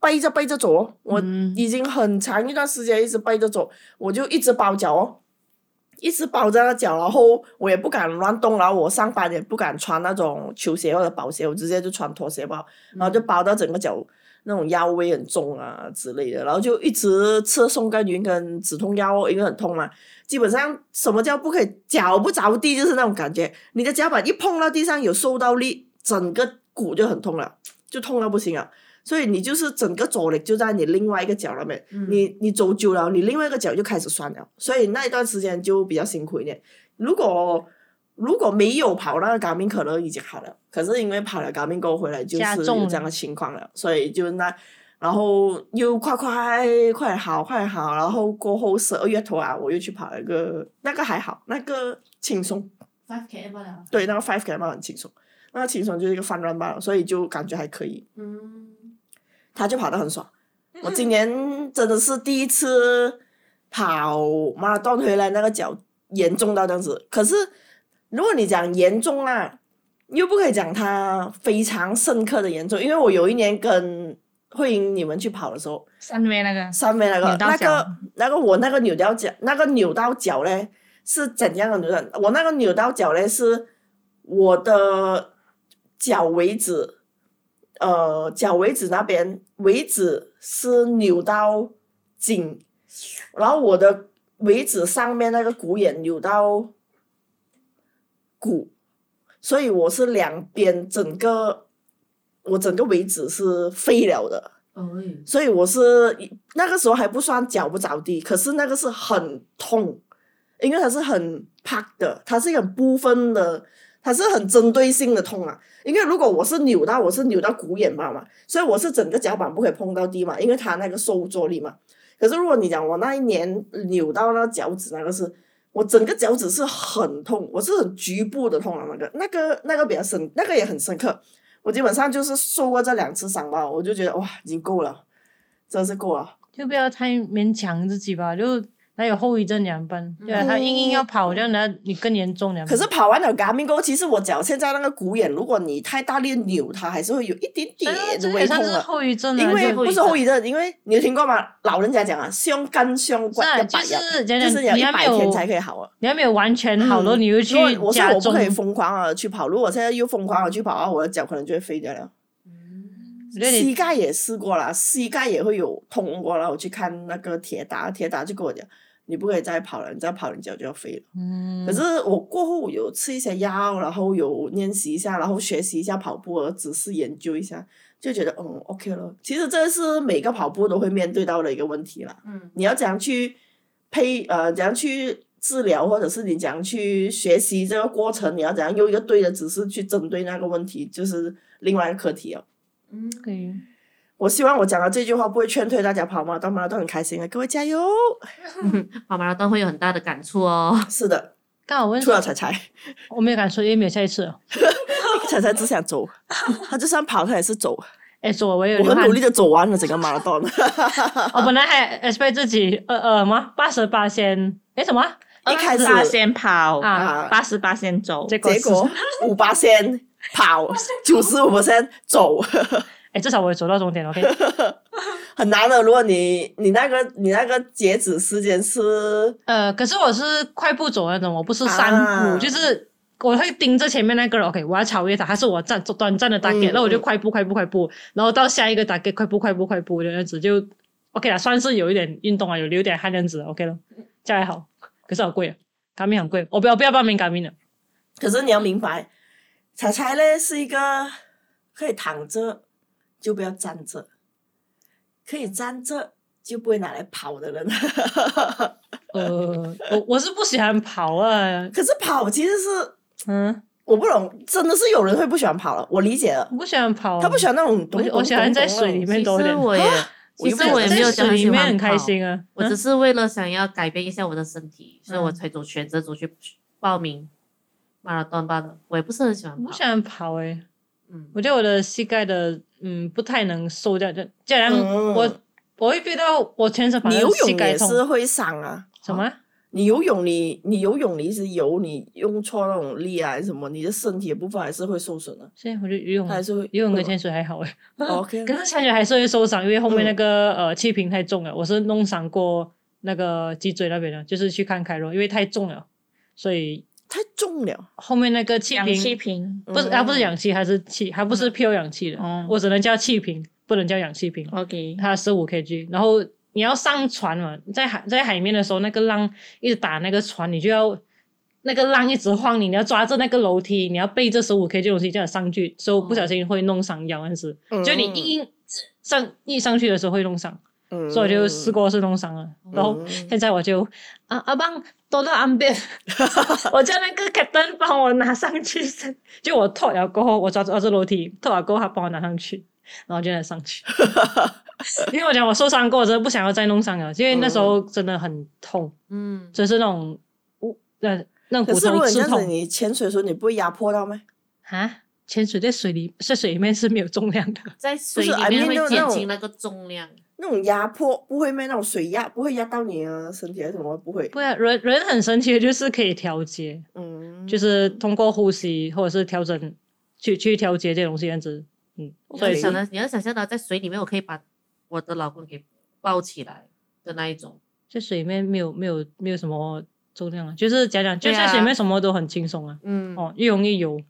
[SPEAKER 3] 背着背着走哦，我
[SPEAKER 4] 嗯
[SPEAKER 3] 已经很长一段时间一直背着走，我就一直包脚哦，一直包着那脚，然后我也不敢乱动，然后我上班也不敢穿那种球鞋或者跑鞋，我直接就穿拖鞋吧，然后就包到整个脚。那种腰围很重啊之类的，然后就一直吃松甘云跟止痛药哦，因为很痛嘛。基本上什么叫不可以脚不着地，就是那种感觉，你的脚板一碰到地上有受到力，整个骨就很痛了。就痛到不行啊。所以你就是整个阻力就在你另外一个脚那边，
[SPEAKER 1] 嗯
[SPEAKER 3] 你你走久了，你另外一个脚就开始酸了，所以那一段时间就比较辛苦一点。如果如果没有跑那个嘎明，可能已经好了，可是因为跑了嘎明沟回来就是
[SPEAKER 2] 加
[SPEAKER 3] 有
[SPEAKER 2] 重了
[SPEAKER 3] 这样的情况了，所以就那然后又快快快点好快点好，然后过后十二月头啊，我又去跑一个那个还好，那个轻松，
[SPEAKER 1] five km 了，
[SPEAKER 3] 对，那个 five k 慢很轻松，那个轻松就是一个 fun run 罢了，所以就感觉还可以。
[SPEAKER 1] 嗯，
[SPEAKER 3] 他就跑得很爽。我今年真的是第一次跑马拉松回来，那个脚严重到这样子。可是如果你讲严重啊，又不可以讲它非常深刻的严重，因为我有一年跟慧英你们去跑的时候，
[SPEAKER 4] 三位那个
[SPEAKER 3] 上面那个
[SPEAKER 4] 扭
[SPEAKER 3] 那
[SPEAKER 4] 到脚
[SPEAKER 3] 个那个我那个扭到脚，那个扭到脚嘞是怎样的扭到？我那个扭到脚嘞是我的脚尾指，呃，脚尾指那边尾指是扭到颈，然后我的尾指上面那个骨眼扭到骨，所以我是两边整个我整个尾指是废了的。
[SPEAKER 2] Oh
[SPEAKER 1] 哦，
[SPEAKER 3] 所以我是那个时候还不算脚不着地，可是那个是很痛，因为它是很 p 的，它是一个部分的它是很针对性的痛啊。因为如果我是扭到，我是扭到骨眼嘛嘛，所以我是整个脚板不可以碰到地嘛，因为它那个受着力嘛。可是如果你讲啊我那一年扭到那脚趾那个是，我整个脚趾是很痛，我是很局部的痛啊，那个那个那个比较深，那个也很深刻。我基本上就是受过这两次伤吧，我就觉得哇，已经够了，真的是够了。
[SPEAKER 2] 就不要太勉强自己吧，就哪有后遗症凉拌？对啊，他硬硬要跑，这样呢，你更严重凉拌。
[SPEAKER 3] 嗯可是跑完了 g a m i n g o 其实我脚现在那个骨眼，如果你太大力扭它，还是会有一点点
[SPEAKER 2] 哎呀这
[SPEAKER 3] 微
[SPEAKER 2] 也
[SPEAKER 3] 痛
[SPEAKER 2] 算是
[SPEAKER 3] 的。
[SPEAKER 2] 后遗症啊，
[SPEAKER 3] 因为
[SPEAKER 2] 就
[SPEAKER 3] 不是后遗症，因为你有听过吗？老人家讲啊，胸干胸
[SPEAKER 2] 是
[SPEAKER 3] 关
[SPEAKER 2] 啊，
[SPEAKER 3] 要
[SPEAKER 2] 就
[SPEAKER 3] 百药，
[SPEAKER 2] 是讲
[SPEAKER 3] 就
[SPEAKER 2] 讲
[SPEAKER 3] 是要
[SPEAKER 2] 你
[SPEAKER 3] 一
[SPEAKER 2] 还没
[SPEAKER 3] 百天才
[SPEAKER 2] 有，
[SPEAKER 3] 可以好啊。
[SPEAKER 2] 你还没有完全好了，
[SPEAKER 3] 嗯
[SPEAKER 2] 你又
[SPEAKER 3] 如果
[SPEAKER 2] 去
[SPEAKER 3] 我说
[SPEAKER 2] 加
[SPEAKER 3] 我不
[SPEAKER 2] 重
[SPEAKER 3] 可。以疯狂的去跑，如果我现在又疯狂的去跑啊，我的脚可能就会废掉了。
[SPEAKER 2] 我觉得
[SPEAKER 3] 膝
[SPEAKER 2] 你
[SPEAKER 3] 盖也试过了，膝盖也会有痛过了。我去看那个铁达，铁达就跟我讲，你不可以再跑了，你再跑你脚就要废了。
[SPEAKER 2] 嗯
[SPEAKER 3] 可，是我过后有吃一些药，然后有练习一下，然后学习一下跑步的姿势，研究一下，就觉得嗯 OK 了。其实这是每个跑步都会面对到的一个问题啦。
[SPEAKER 1] 嗯，
[SPEAKER 3] 你要怎样去配呃，怎样去治疗，或者是你怎样去学习这个过程，你要怎样用一个对的姿势去针对那个问题，就是另外一个课题哦。
[SPEAKER 1] 嗯，
[SPEAKER 2] 可以。
[SPEAKER 3] 我希望我讲的这句话不会劝退大家跑马拉松，马拉松很开心的，啊各位加油！
[SPEAKER 1] 跑 马拉松会有很大的感触哦。
[SPEAKER 3] 是的，
[SPEAKER 2] 刚好问
[SPEAKER 3] 除，了彩彩，
[SPEAKER 2] 我没有敢说，因为没有下一次哦了。
[SPEAKER 3] 彩彩只想走， 她就算跑，她也是走。
[SPEAKER 2] 哎，说我也有
[SPEAKER 3] 我
[SPEAKER 2] 流
[SPEAKER 3] 很
[SPEAKER 2] 汗
[SPEAKER 3] 努力，的走完了整个马 拉松，嗯
[SPEAKER 2] 我哦本来还 expect 自己呃呃什么八十八先，哎什么啊
[SPEAKER 3] 一开始
[SPEAKER 4] 八先跑，
[SPEAKER 2] 啊？
[SPEAKER 3] 啊，
[SPEAKER 4] 八十八先走，
[SPEAKER 2] 结果
[SPEAKER 3] 结
[SPEAKER 2] 是
[SPEAKER 3] 果五八先跑，九十五先走。
[SPEAKER 2] 哎，至少我也走到终点了，OK。
[SPEAKER 3] 很难的。如果你你那个你那个截止时间是
[SPEAKER 2] 呃，可是我是快步走那种，我不是三
[SPEAKER 3] 啊
[SPEAKER 2] 步，就是我会盯着前面那个人，OK，我要超越他，还是我站短暂的打
[SPEAKER 3] 嗯
[SPEAKER 2] get，、那我就
[SPEAKER 3] 嗯
[SPEAKER 2] 快步快步快步，然后到下一个打 get，快步快步快步这样子就 OK 了，算是有一点运动啊，有流点汗这样子，OK 了，这样还好。可是好贵啊，咖啡很贵，我不要不要报名咖啡了，
[SPEAKER 3] 可是你要明白，彩彩呢是一个可以躺着就不要站着，可以站着就不会拿来跑的人。
[SPEAKER 2] 呃，我我是不喜欢跑啊，
[SPEAKER 3] 可是跑其实是
[SPEAKER 2] 嗯，
[SPEAKER 3] 我不懂，真的是有人会不喜欢跑了，我理解了
[SPEAKER 2] 我。不喜欢跑，
[SPEAKER 3] 他不喜欢那种咚，
[SPEAKER 2] 我我喜欢在水里
[SPEAKER 3] 面。
[SPEAKER 2] 面
[SPEAKER 1] 其
[SPEAKER 2] 多一
[SPEAKER 1] 实
[SPEAKER 2] 点，
[SPEAKER 1] 我 也，其
[SPEAKER 3] 我又
[SPEAKER 1] 实
[SPEAKER 3] 不想
[SPEAKER 1] 我也没有
[SPEAKER 2] 在
[SPEAKER 1] 讲
[SPEAKER 2] 水
[SPEAKER 1] 很
[SPEAKER 2] 里
[SPEAKER 1] 喜
[SPEAKER 2] 面
[SPEAKER 1] 欢
[SPEAKER 2] 很
[SPEAKER 1] 跑
[SPEAKER 2] 开，心啊，
[SPEAKER 1] 我只
[SPEAKER 2] 嗯
[SPEAKER 1] 是为了想要改变一下我的身体，所以我
[SPEAKER 2] 嗯
[SPEAKER 1] 才走选择走去报名马拉松罢了。我也不是很喜欢
[SPEAKER 2] 我
[SPEAKER 1] 跑
[SPEAKER 2] 不，喜欢跑哎、
[SPEAKER 1] 嗯，
[SPEAKER 2] 我觉得我的膝盖的嗯不太能受掉，就既然
[SPEAKER 3] 嗯
[SPEAKER 2] 我、我会觉得我全身反
[SPEAKER 3] 你
[SPEAKER 2] 正
[SPEAKER 3] 游
[SPEAKER 2] 膝
[SPEAKER 3] 泳
[SPEAKER 2] 盖
[SPEAKER 3] 也
[SPEAKER 2] 痛
[SPEAKER 3] 是会伤啊。
[SPEAKER 2] 什么啊？
[SPEAKER 3] 你游泳你，你游泳，你一直游，你用错那种力啊，还是什么，你的身体的部分还是会受损的，
[SPEAKER 2] 现在我就游泳
[SPEAKER 3] 它还是会
[SPEAKER 2] 嗯
[SPEAKER 3] 嗯
[SPEAKER 2] 游泳
[SPEAKER 3] 会
[SPEAKER 2] 跟
[SPEAKER 3] 吧
[SPEAKER 2] 潜水还好哎，
[SPEAKER 3] 哦 OK，
[SPEAKER 2] 可是潜水还是会受伤，因为后面
[SPEAKER 3] 嗯
[SPEAKER 2] 那个、呃气瓶太重了，我是弄伤过那个脊椎那边的，就是去看开罗，因为太重了，所以
[SPEAKER 3] 太重了。
[SPEAKER 2] 后面那个气
[SPEAKER 4] 氧
[SPEAKER 2] 瓶
[SPEAKER 4] 气瓶
[SPEAKER 2] 不是它不是氧气，还是气，它不是 pure 氧气的，
[SPEAKER 1] 嗯
[SPEAKER 4] 哦
[SPEAKER 2] 我只能叫气瓶，不能叫氧气瓶。
[SPEAKER 4] ，OK，
[SPEAKER 2] 它十五 kg，然后你要上船嘛，在海在海面的时候，那个浪一直打那个船，你就要那个浪一直晃你，你要抓着那个楼梯，你要背这十五 kg 东西这样上去，所以我不小心会弄伤腰，但是、就你一硬上一上去的时候会弄伤，
[SPEAKER 3] 嗯，
[SPEAKER 2] 所以我就试过是弄伤了，然后。现在我就啊阿邦多到安 边，我叫那个 captain 帮我拿上去，就我脱了过后，我抓抓住楼梯，脱了过后他帮我拿上去，然后就能上 去。因为我讲我受伤过，我真的不想要再弄伤了，因为那时候真的很痛，
[SPEAKER 1] 嗯，
[SPEAKER 2] 就是那种无呃那种
[SPEAKER 3] 可
[SPEAKER 2] 骨
[SPEAKER 3] 是如
[SPEAKER 2] 头
[SPEAKER 3] 果你这
[SPEAKER 2] 刺
[SPEAKER 3] 样子，
[SPEAKER 2] 痛
[SPEAKER 3] 你潜水的时候你不会压迫到吗？
[SPEAKER 2] 啊。潜水在水里，在水里面是没有重量的，
[SPEAKER 1] 在水
[SPEAKER 3] 是
[SPEAKER 1] 里
[SPEAKER 3] I
[SPEAKER 1] 面
[SPEAKER 3] mean 那
[SPEAKER 1] 会减
[SPEAKER 3] 种
[SPEAKER 1] 轻那个重量。
[SPEAKER 3] 那种压迫不会咩？那种水压不会压到你啊，身体还是什么不会？
[SPEAKER 2] 不然人人很神奇的就是可以调节，
[SPEAKER 3] 嗯，
[SPEAKER 2] 就是通过呼吸或者是调整去去调节这种东西，这样子，嗯，所
[SPEAKER 1] 你要
[SPEAKER 2] 以
[SPEAKER 3] 对
[SPEAKER 1] 想的，你要想象到在水里面，我可以把我的老公给抱起来的那一种。
[SPEAKER 2] 在水里面没有没有没有什么重量啊，就是讲讲，就
[SPEAKER 1] 对啊
[SPEAKER 2] 在水里面什么都很轻松啊，
[SPEAKER 1] 嗯
[SPEAKER 2] 哦，越容易游，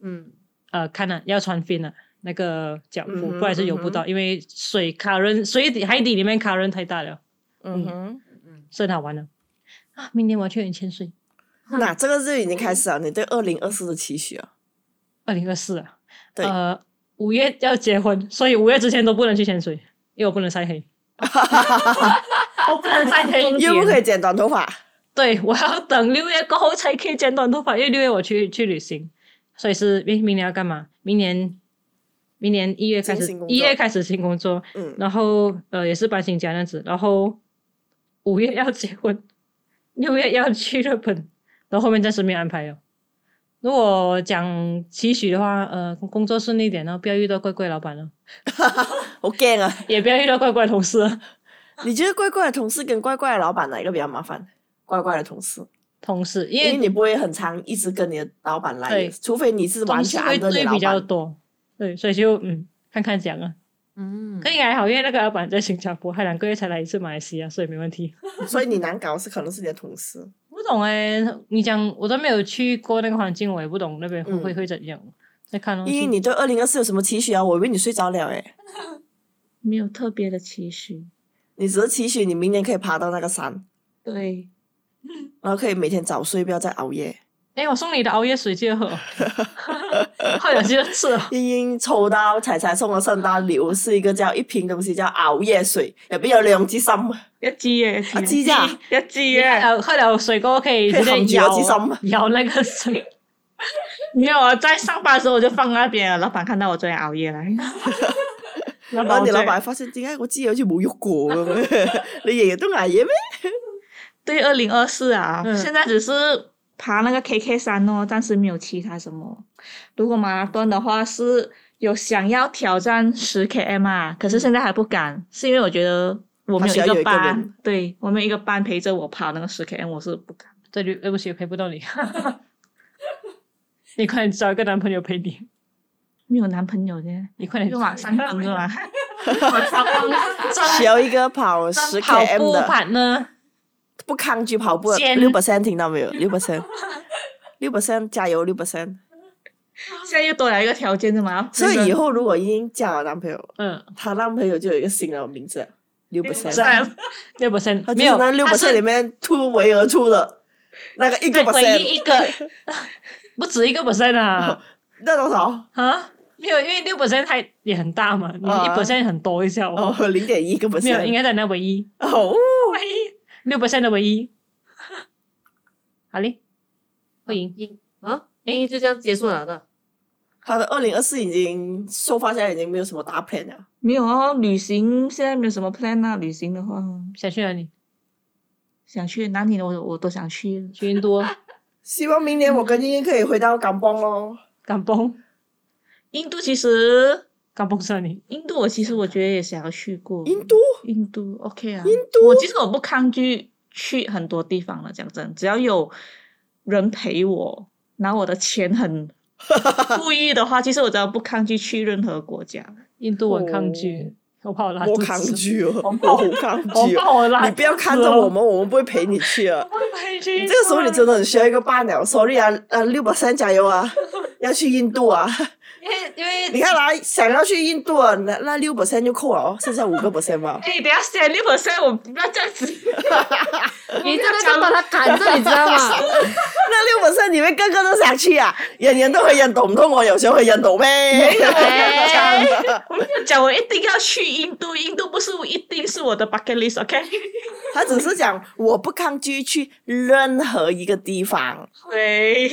[SPEAKER 1] 嗯
[SPEAKER 2] 呃，看了、要穿 fin 啊，那个脚
[SPEAKER 3] 嗯
[SPEAKER 2] 蹼，
[SPEAKER 3] 哼
[SPEAKER 2] 不然是游不到，因为水卡人水底海底里面卡人太大了，
[SPEAKER 3] 嗯哼，
[SPEAKER 1] 嗯
[SPEAKER 2] 是很好玩的啊！明年我要去你潜水，
[SPEAKER 3] 那这个就已经开始了，你对二零二四的期许啊？
[SPEAKER 2] 二零二四啊，
[SPEAKER 3] 对
[SPEAKER 2] 呃，五月要结婚，所以五月之前都不能去潜水，因为我不能晒黑，我不能晒黑，
[SPEAKER 3] 又不可以剪短头发，
[SPEAKER 2] 对，我要等六月过后才可以剪短头发，因为六月我去去旅行，所以是明明年要干嘛？明年明年一月开
[SPEAKER 3] 进
[SPEAKER 2] 始
[SPEAKER 3] 行工，作
[SPEAKER 2] 一月开始新工作，
[SPEAKER 3] 嗯，
[SPEAKER 2] 然后呃也是搬新家那样子，然后五月要结婚，六月要去日本，然后后面暂时没有安排哦。如果讲期许的话，呃，工作顺利一点哦，不要遇到怪怪老板了，
[SPEAKER 3] 好惊啊！
[SPEAKER 2] 也不要遇到怪怪同事了。
[SPEAKER 3] 你觉得怪怪的同事跟怪怪的老板哪一个比较麻烦？怪怪的同事，
[SPEAKER 2] 同事，因
[SPEAKER 3] 因为
[SPEAKER 2] 为
[SPEAKER 3] 你不会很常一直跟你的老板来
[SPEAKER 2] 对
[SPEAKER 3] 往，除非你是完
[SPEAKER 2] 同事
[SPEAKER 3] 全
[SPEAKER 2] 会
[SPEAKER 3] 按着你
[SPEAKER 2] 对比
[SPEAKER 3] 老
[SPEAKER 2] 较
[SPEAKER 3] 板。
[SPEAKER 2] 多，对，所以就嗯，看看讲啊。
[SPEAKER 1] 嗯，
[SPEAKER 2] 可以还好，因为那个老板在新加坡，他两个月才来一次马来西亚，所以没问题。
[SPEAKER 3] 所以你难搞是可能是你的同事，
[SPEAKER 2] 不懂哎、你讲我都没有去过那个环境，我也不懂那边会
[SPEAKER 3] 嗯
[SPEAKER 2] 会会怎样。再看咯，
[SPEAKER 3] 因为
[SPEAKER 2] 就
[SPEAKER 3] 你对二零二四有什么期许啊？我以为你睡着了诶、
[SPEAKER 4] 没有特别的期许。
[SPEAKER 3] 你只是期许你明年可以爬到那个山，
[SPEAKER 4] 对，
[SPEAKER 3] 然后可以每天早睡，不要再熬夜。
[SPEAKER 2] 哎、我送你的熬夜水记 得喝哦，快点记得吃哦。
[SPEAKER 3] 英英抽到彩彩送的圣诞礼物是一个叫一瓶东西叫熬夜水，入边有两支心，
[SPEAKER 2] 哦
[SPEAKER 3] 啊
[SPEAKER 4] 一支嘅，一支
[SPEAKER 3] 支咋？
[SPEAKER 4] 一支嘅。
[SPEAKER 2] 呃，喝了水过后可以
[SPEAKER 3] 可
[SPEAKER 2] 直
[SPEAKER 3] 以
[SPEAKER 2] 接
[SPEAKER 3] 含住
[SPEAKER 2] 摇
[SPEAKER 3] 有支心
[SPEAKER 2] 摇那个水，
[SPEAKER 4] 没有啊，在上班的时候我就放那边了，老板看到我昨天熬 夜来，老
[SPEAKER 3] 然
[SPEAKER 4] 板
[SPEAKER 3] 后你
[SPEAKER 4] 我昨
[SPEAKER 3] 老
[SPEAKER 4] 天
[SPEAKER 3] 板發現點解我支嘢好似冇喐過咁樣？ 你日日都捱夜咩？
[SPEAKER 4] 对二零二四啊，
[SPEAKER 2] 嗯
[SPEAKER 4] 现在只是爬那个 KK 山哦，暂时没有其他什么。如果马拉松的话是有想要挑战十 km 啊，可是现在还不敢，是因为我觉得我没
[SPEAKER 3] 他需嗯要
[SPEAKER 4] 一
[SPEAKER 3] 有
[SPEAKER 4] 个
[SPEAKER 3] 一个
[SPEAKER 4] 班，
[SPEAKER 3] 人
[SPEAKER 4] 对我没有一个班陪着我跑那个十 km，我是不敢。
[SPEAKER 2] 这里对不起，我陪不到你。 你快点找一个男朋友陪你，
[SPEAKER 4] 没有男朋友的，
[SPEAKER 2] 你快点
[SPEAKER 4] 就
[SPEAKER 3] 啊
[SPEAKER 4] 往上 等着嘛。
[SPEAKER 1] 我超棒的，
[SPEAKER 3] 需要一個跑十
[SPEAKER 2] 跑
[SPEAKER 3] km
[SPEAKER 2] 步
[SPEAKER 3] 的，
[SPEAKER 2] 版呢？
[SPEAKER 3] 不抗拒跑步，
[SPEAKER 2] 先
[SPEAKER 3] 六 percent 聽到沒有？六 percent，六 percent 加油，六 percent。
[SPEAKER 4] 现在又多了一个条件的嘛，
[SPEAKER 3] 所以以
[SPEAKER 4] 以
[SPEAKER 3] 後如果英英嫁我男朋友，
[SPEAKER 2] 嗯，
[SPEAKER 3] 她男朋友就有一個新的名字，六 percent，
[SPEAKER 4] 在
[SPEAKER 2] 六 percent
[SPEAKER 3] 他就
[SPEAKER 2] 没
[SPEAKER 3] 是
[SPEAKER 2] 有，
[SPEAKER 3] 那六
[SPEAKER 2] 他是
[SPEAKER 3] percent 里面突围而出的那個一個
[SPEAKER 2] 对，唯
[SPEAKER 3] percent，
[SPEAKER 2] 一一个， 不止一个 percent 啊
[SPEAKER 3] 那多少？
[SPEAKER 2] 啊！没有，因为六 percent 它也很大嘛，你一
[SPEAKER 3] 啊
[SPEAKER 2] percent 很多一下
[SPEAKER 3] 哦
[SPEAKER 2] 哦。，
[SPEAKER 3] 零點一個
[SPEAKER 2] 没有，应
[SPEAKER 3] percent，
[SPEAKER 2] 该在那唯一
[SPEAKER 3] 哦，
[SPEAKER 2] 唯一六 percent 的唯一。好嘞，会赢。
[SPEAKER 1] 赢啊，英语就这样结束了的。
[SPEAKER 3] 他的二零二四已经收发，现在已经没有什么大 plan 了。
[SPEAKER 4] 没有哦，旅行现在没有什么 plan 啊，旅行的话
[SPEAKER 2] 想去哪里？
[SPEAKER 4] 想去哪里我我都想去。
[SPEAKER 2] 去印度哦、
[SPEAKER 3] 希望明年我跟英英可以回到港邦咯。
[SPEAKER 2] 甘崩、
[SPEAKER 4] 印度其实，
[SPEAKER 2] 甘崩森林。
[SPEAKER 4] 印度我其实我觉得也想要去过。
[SPEAKER 3] 印度，
[SPEAKER 4] 印度 OK 啊，
[SPEAKER 3] 印度
[SPEAKER 4] 我其实我不抗拒去很多地方了，讲真，只要有人陪我，拿我的钱很富裕的话，其实我真的不抗拒去任何国 家。
[SPEAKER 2] 印度我很抗拒，我怕我拉
[SPEAKER 3] 哦我
[SPEAKER 2] 肚子，
[SPEAKER 3] 抗拒哦，我
[SPEAKER 2] 怕
[SPEAKER 3] 好抗拒
[SPEAKER 2] 我
[SPEAKER 3] 哦。
[SPEAKER 2] 怕我拉。哦
[SPEAKER 3] 你不要看着我，们，我们不会陪你去啊。
[SPEAKER 2] 我怕你
[SPEAKER 3] 你
[SPEAKER 2] 去。
[SPEAKER 3] 这个时候你真的很需要一个伴了。Sorry 啊，啊，六百三加油啊， 要去印度啊。
[SPEAKER 2] 因为因为
[SPEAKER 3] 你看啦，想要去印度啊，那那六百三就扣了哦，剩下五个 percent 吧。
[SPEAKER 4] 哎，等一下三六 percent，我不要这样子。
[SPEAKER 1] 你真的就把他赶着，你知道吗？
[SPEAKER 3] 那六百三你们个个都想去啊，人人都去印度，唔通我有想去印度咩？ 啊
[SPEAKER 1] 哎
[SPEAKER 4] 我跟你讲，我一定要去印度，印度不是一定是我的 bucket list，OK？、
[SPEAKER 3] 他只是讲我不抗拒去任何一个地方，
[SPEAKER 4] 对，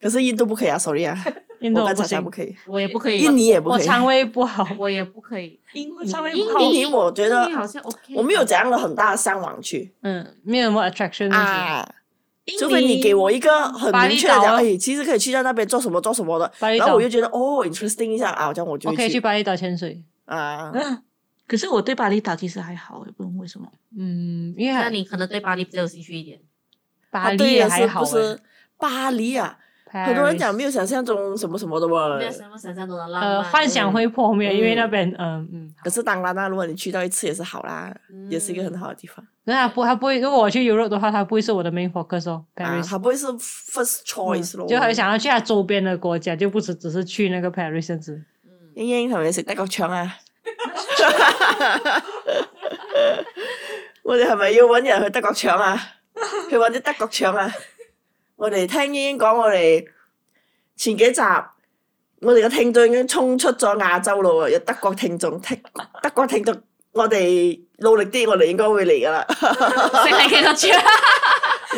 [SPEAKER 3] 可是印度不可以啊，sorry 啊，
[SPEAKER 2] 印度
[SPEAKER 3] 我
[SPEAKER 2] 我
[SPEAKER 3] 跟
[SPEAKER 2] 不
[SPEAKER 3] 查查不
[SPEAKER 2] 行，哎
[SPEAKER 3] 可以，
[SPEAKER 1] 我也不可以，
[SPEAKER 3] 印尼也不
[SPEAKER 2] 我
[SPEAKER 3] 可以。
[SPEAKER 2] 肠胃不好。
[SPEAKER 1] 我也不可以。
[SPEAKER 4] 印度
[SPEAKER 2] 嗯
[SPEAKER 4] 稍微
[SPEAKER 1] 印
[SPEAKER 4] 不好
[SPEAKER 1] 尼
[SPEAKER 3] 印尼我觉得
[SPEAKER 1] 印尼好像 OK，
[SPEAKER 3] 我没有怎样的很大的向往去
[SPEAKER 2] 嗯，没有什么 attraction 那些。
[SPEAKER 3] 啊，
[SPEAKER 4] 印尼
[SPEAKER 3] 除非你给我一个很
[SPEAKER 2] 巴厘
[SPEAKER 3] 明确的
[SPEAKER 2] 岛
[SPEAKER 3] 讲，
[SPEAKER 2] 啊
[SPEAKER 3] 哎，其实可以去到那边做什么做什么的，
[SPEAKER 2] 巴厘
[SPEAKER 3] 然
[SPEAKER 2] 岛
[SPEAKER 3] 后我就觉得哦，interesting 一下啊，这样我就
[SPEAKER 2] 我可以
[SPEAKER 3] 会
[SPEAKER 2] 去巴厘岛潜水。
[SPEAKER 3] 啊。
[SPEAKER 4] 嗯， 可是我对巴厘岛其实还好，也不懂为什么。
[SPEAKER 2] 嗯，因
[SPEAKER 1] 那
[SPEAKER 2] 为
[SPEAKER 1] 你可能对巴黎比较有兴趣一点。
[SPEAKER 2] 巴
[SPEAKER 3] 啊，
[SPEAKER 2] 黎
[SPEAKER 3] 对
[SPEAKER 2] 也
[SPEAKER 3] 呀，
[SPEAKER 2] 还
[SPEAKER 3] 是
[SPEAKER 2] 好
[SPEAKER 3] 不是巴黎啊？
[SPEAKER 2] 哎，
[SPEAKER 3] 很多人讲
[SPEAKER 2] Paris
[SPEAKER 3] 没有想象中什么什么的嘛
[SPEAKER 1] 没。有什么想象中的浪漫。
[SPEAKER 2] 呃，幻想会破灭，
[SPEAKER 3] 嗯
[SPEAKER 2] 因为那边嗯嗯，
[SPEAKER 3] 可是当然啦，如果你去到一次也是好啦，
[SPEAKER 1] 嗯
[SPEAKER 3] 也是一个很好的地方
[SPEAKER 2] 那他不他不会，如果我去 Europe 的话，他不会是我的 main focus 哦
[SPEAKER 3] 啊，
[SPEAKER 2] ，Paris。
[SPEAKER 3] 它不会是 first
[SPEAKER 2] 嗯
[SPEAKER 3] choice 咯。
[SPEAKER 2] 就很想要去他周边的国家，就不只只是去那个 Paris 这样子。
[SPEAKER 1] 嗯。
[SPEAKER 3] 英英同你食得個腸啊！ 我哋係咪要揾人去德國腸啊？去揾啲德國腸啊！我哋聽英英講，我哋前幾集我哋嘅聽眾已經衝出咗亞洲咯喎，有德國聽眾，聽德國聽眾，我哋努力啲，我哋應該會嚟噶啦。
[SPEAKER 1] 谁来给他去？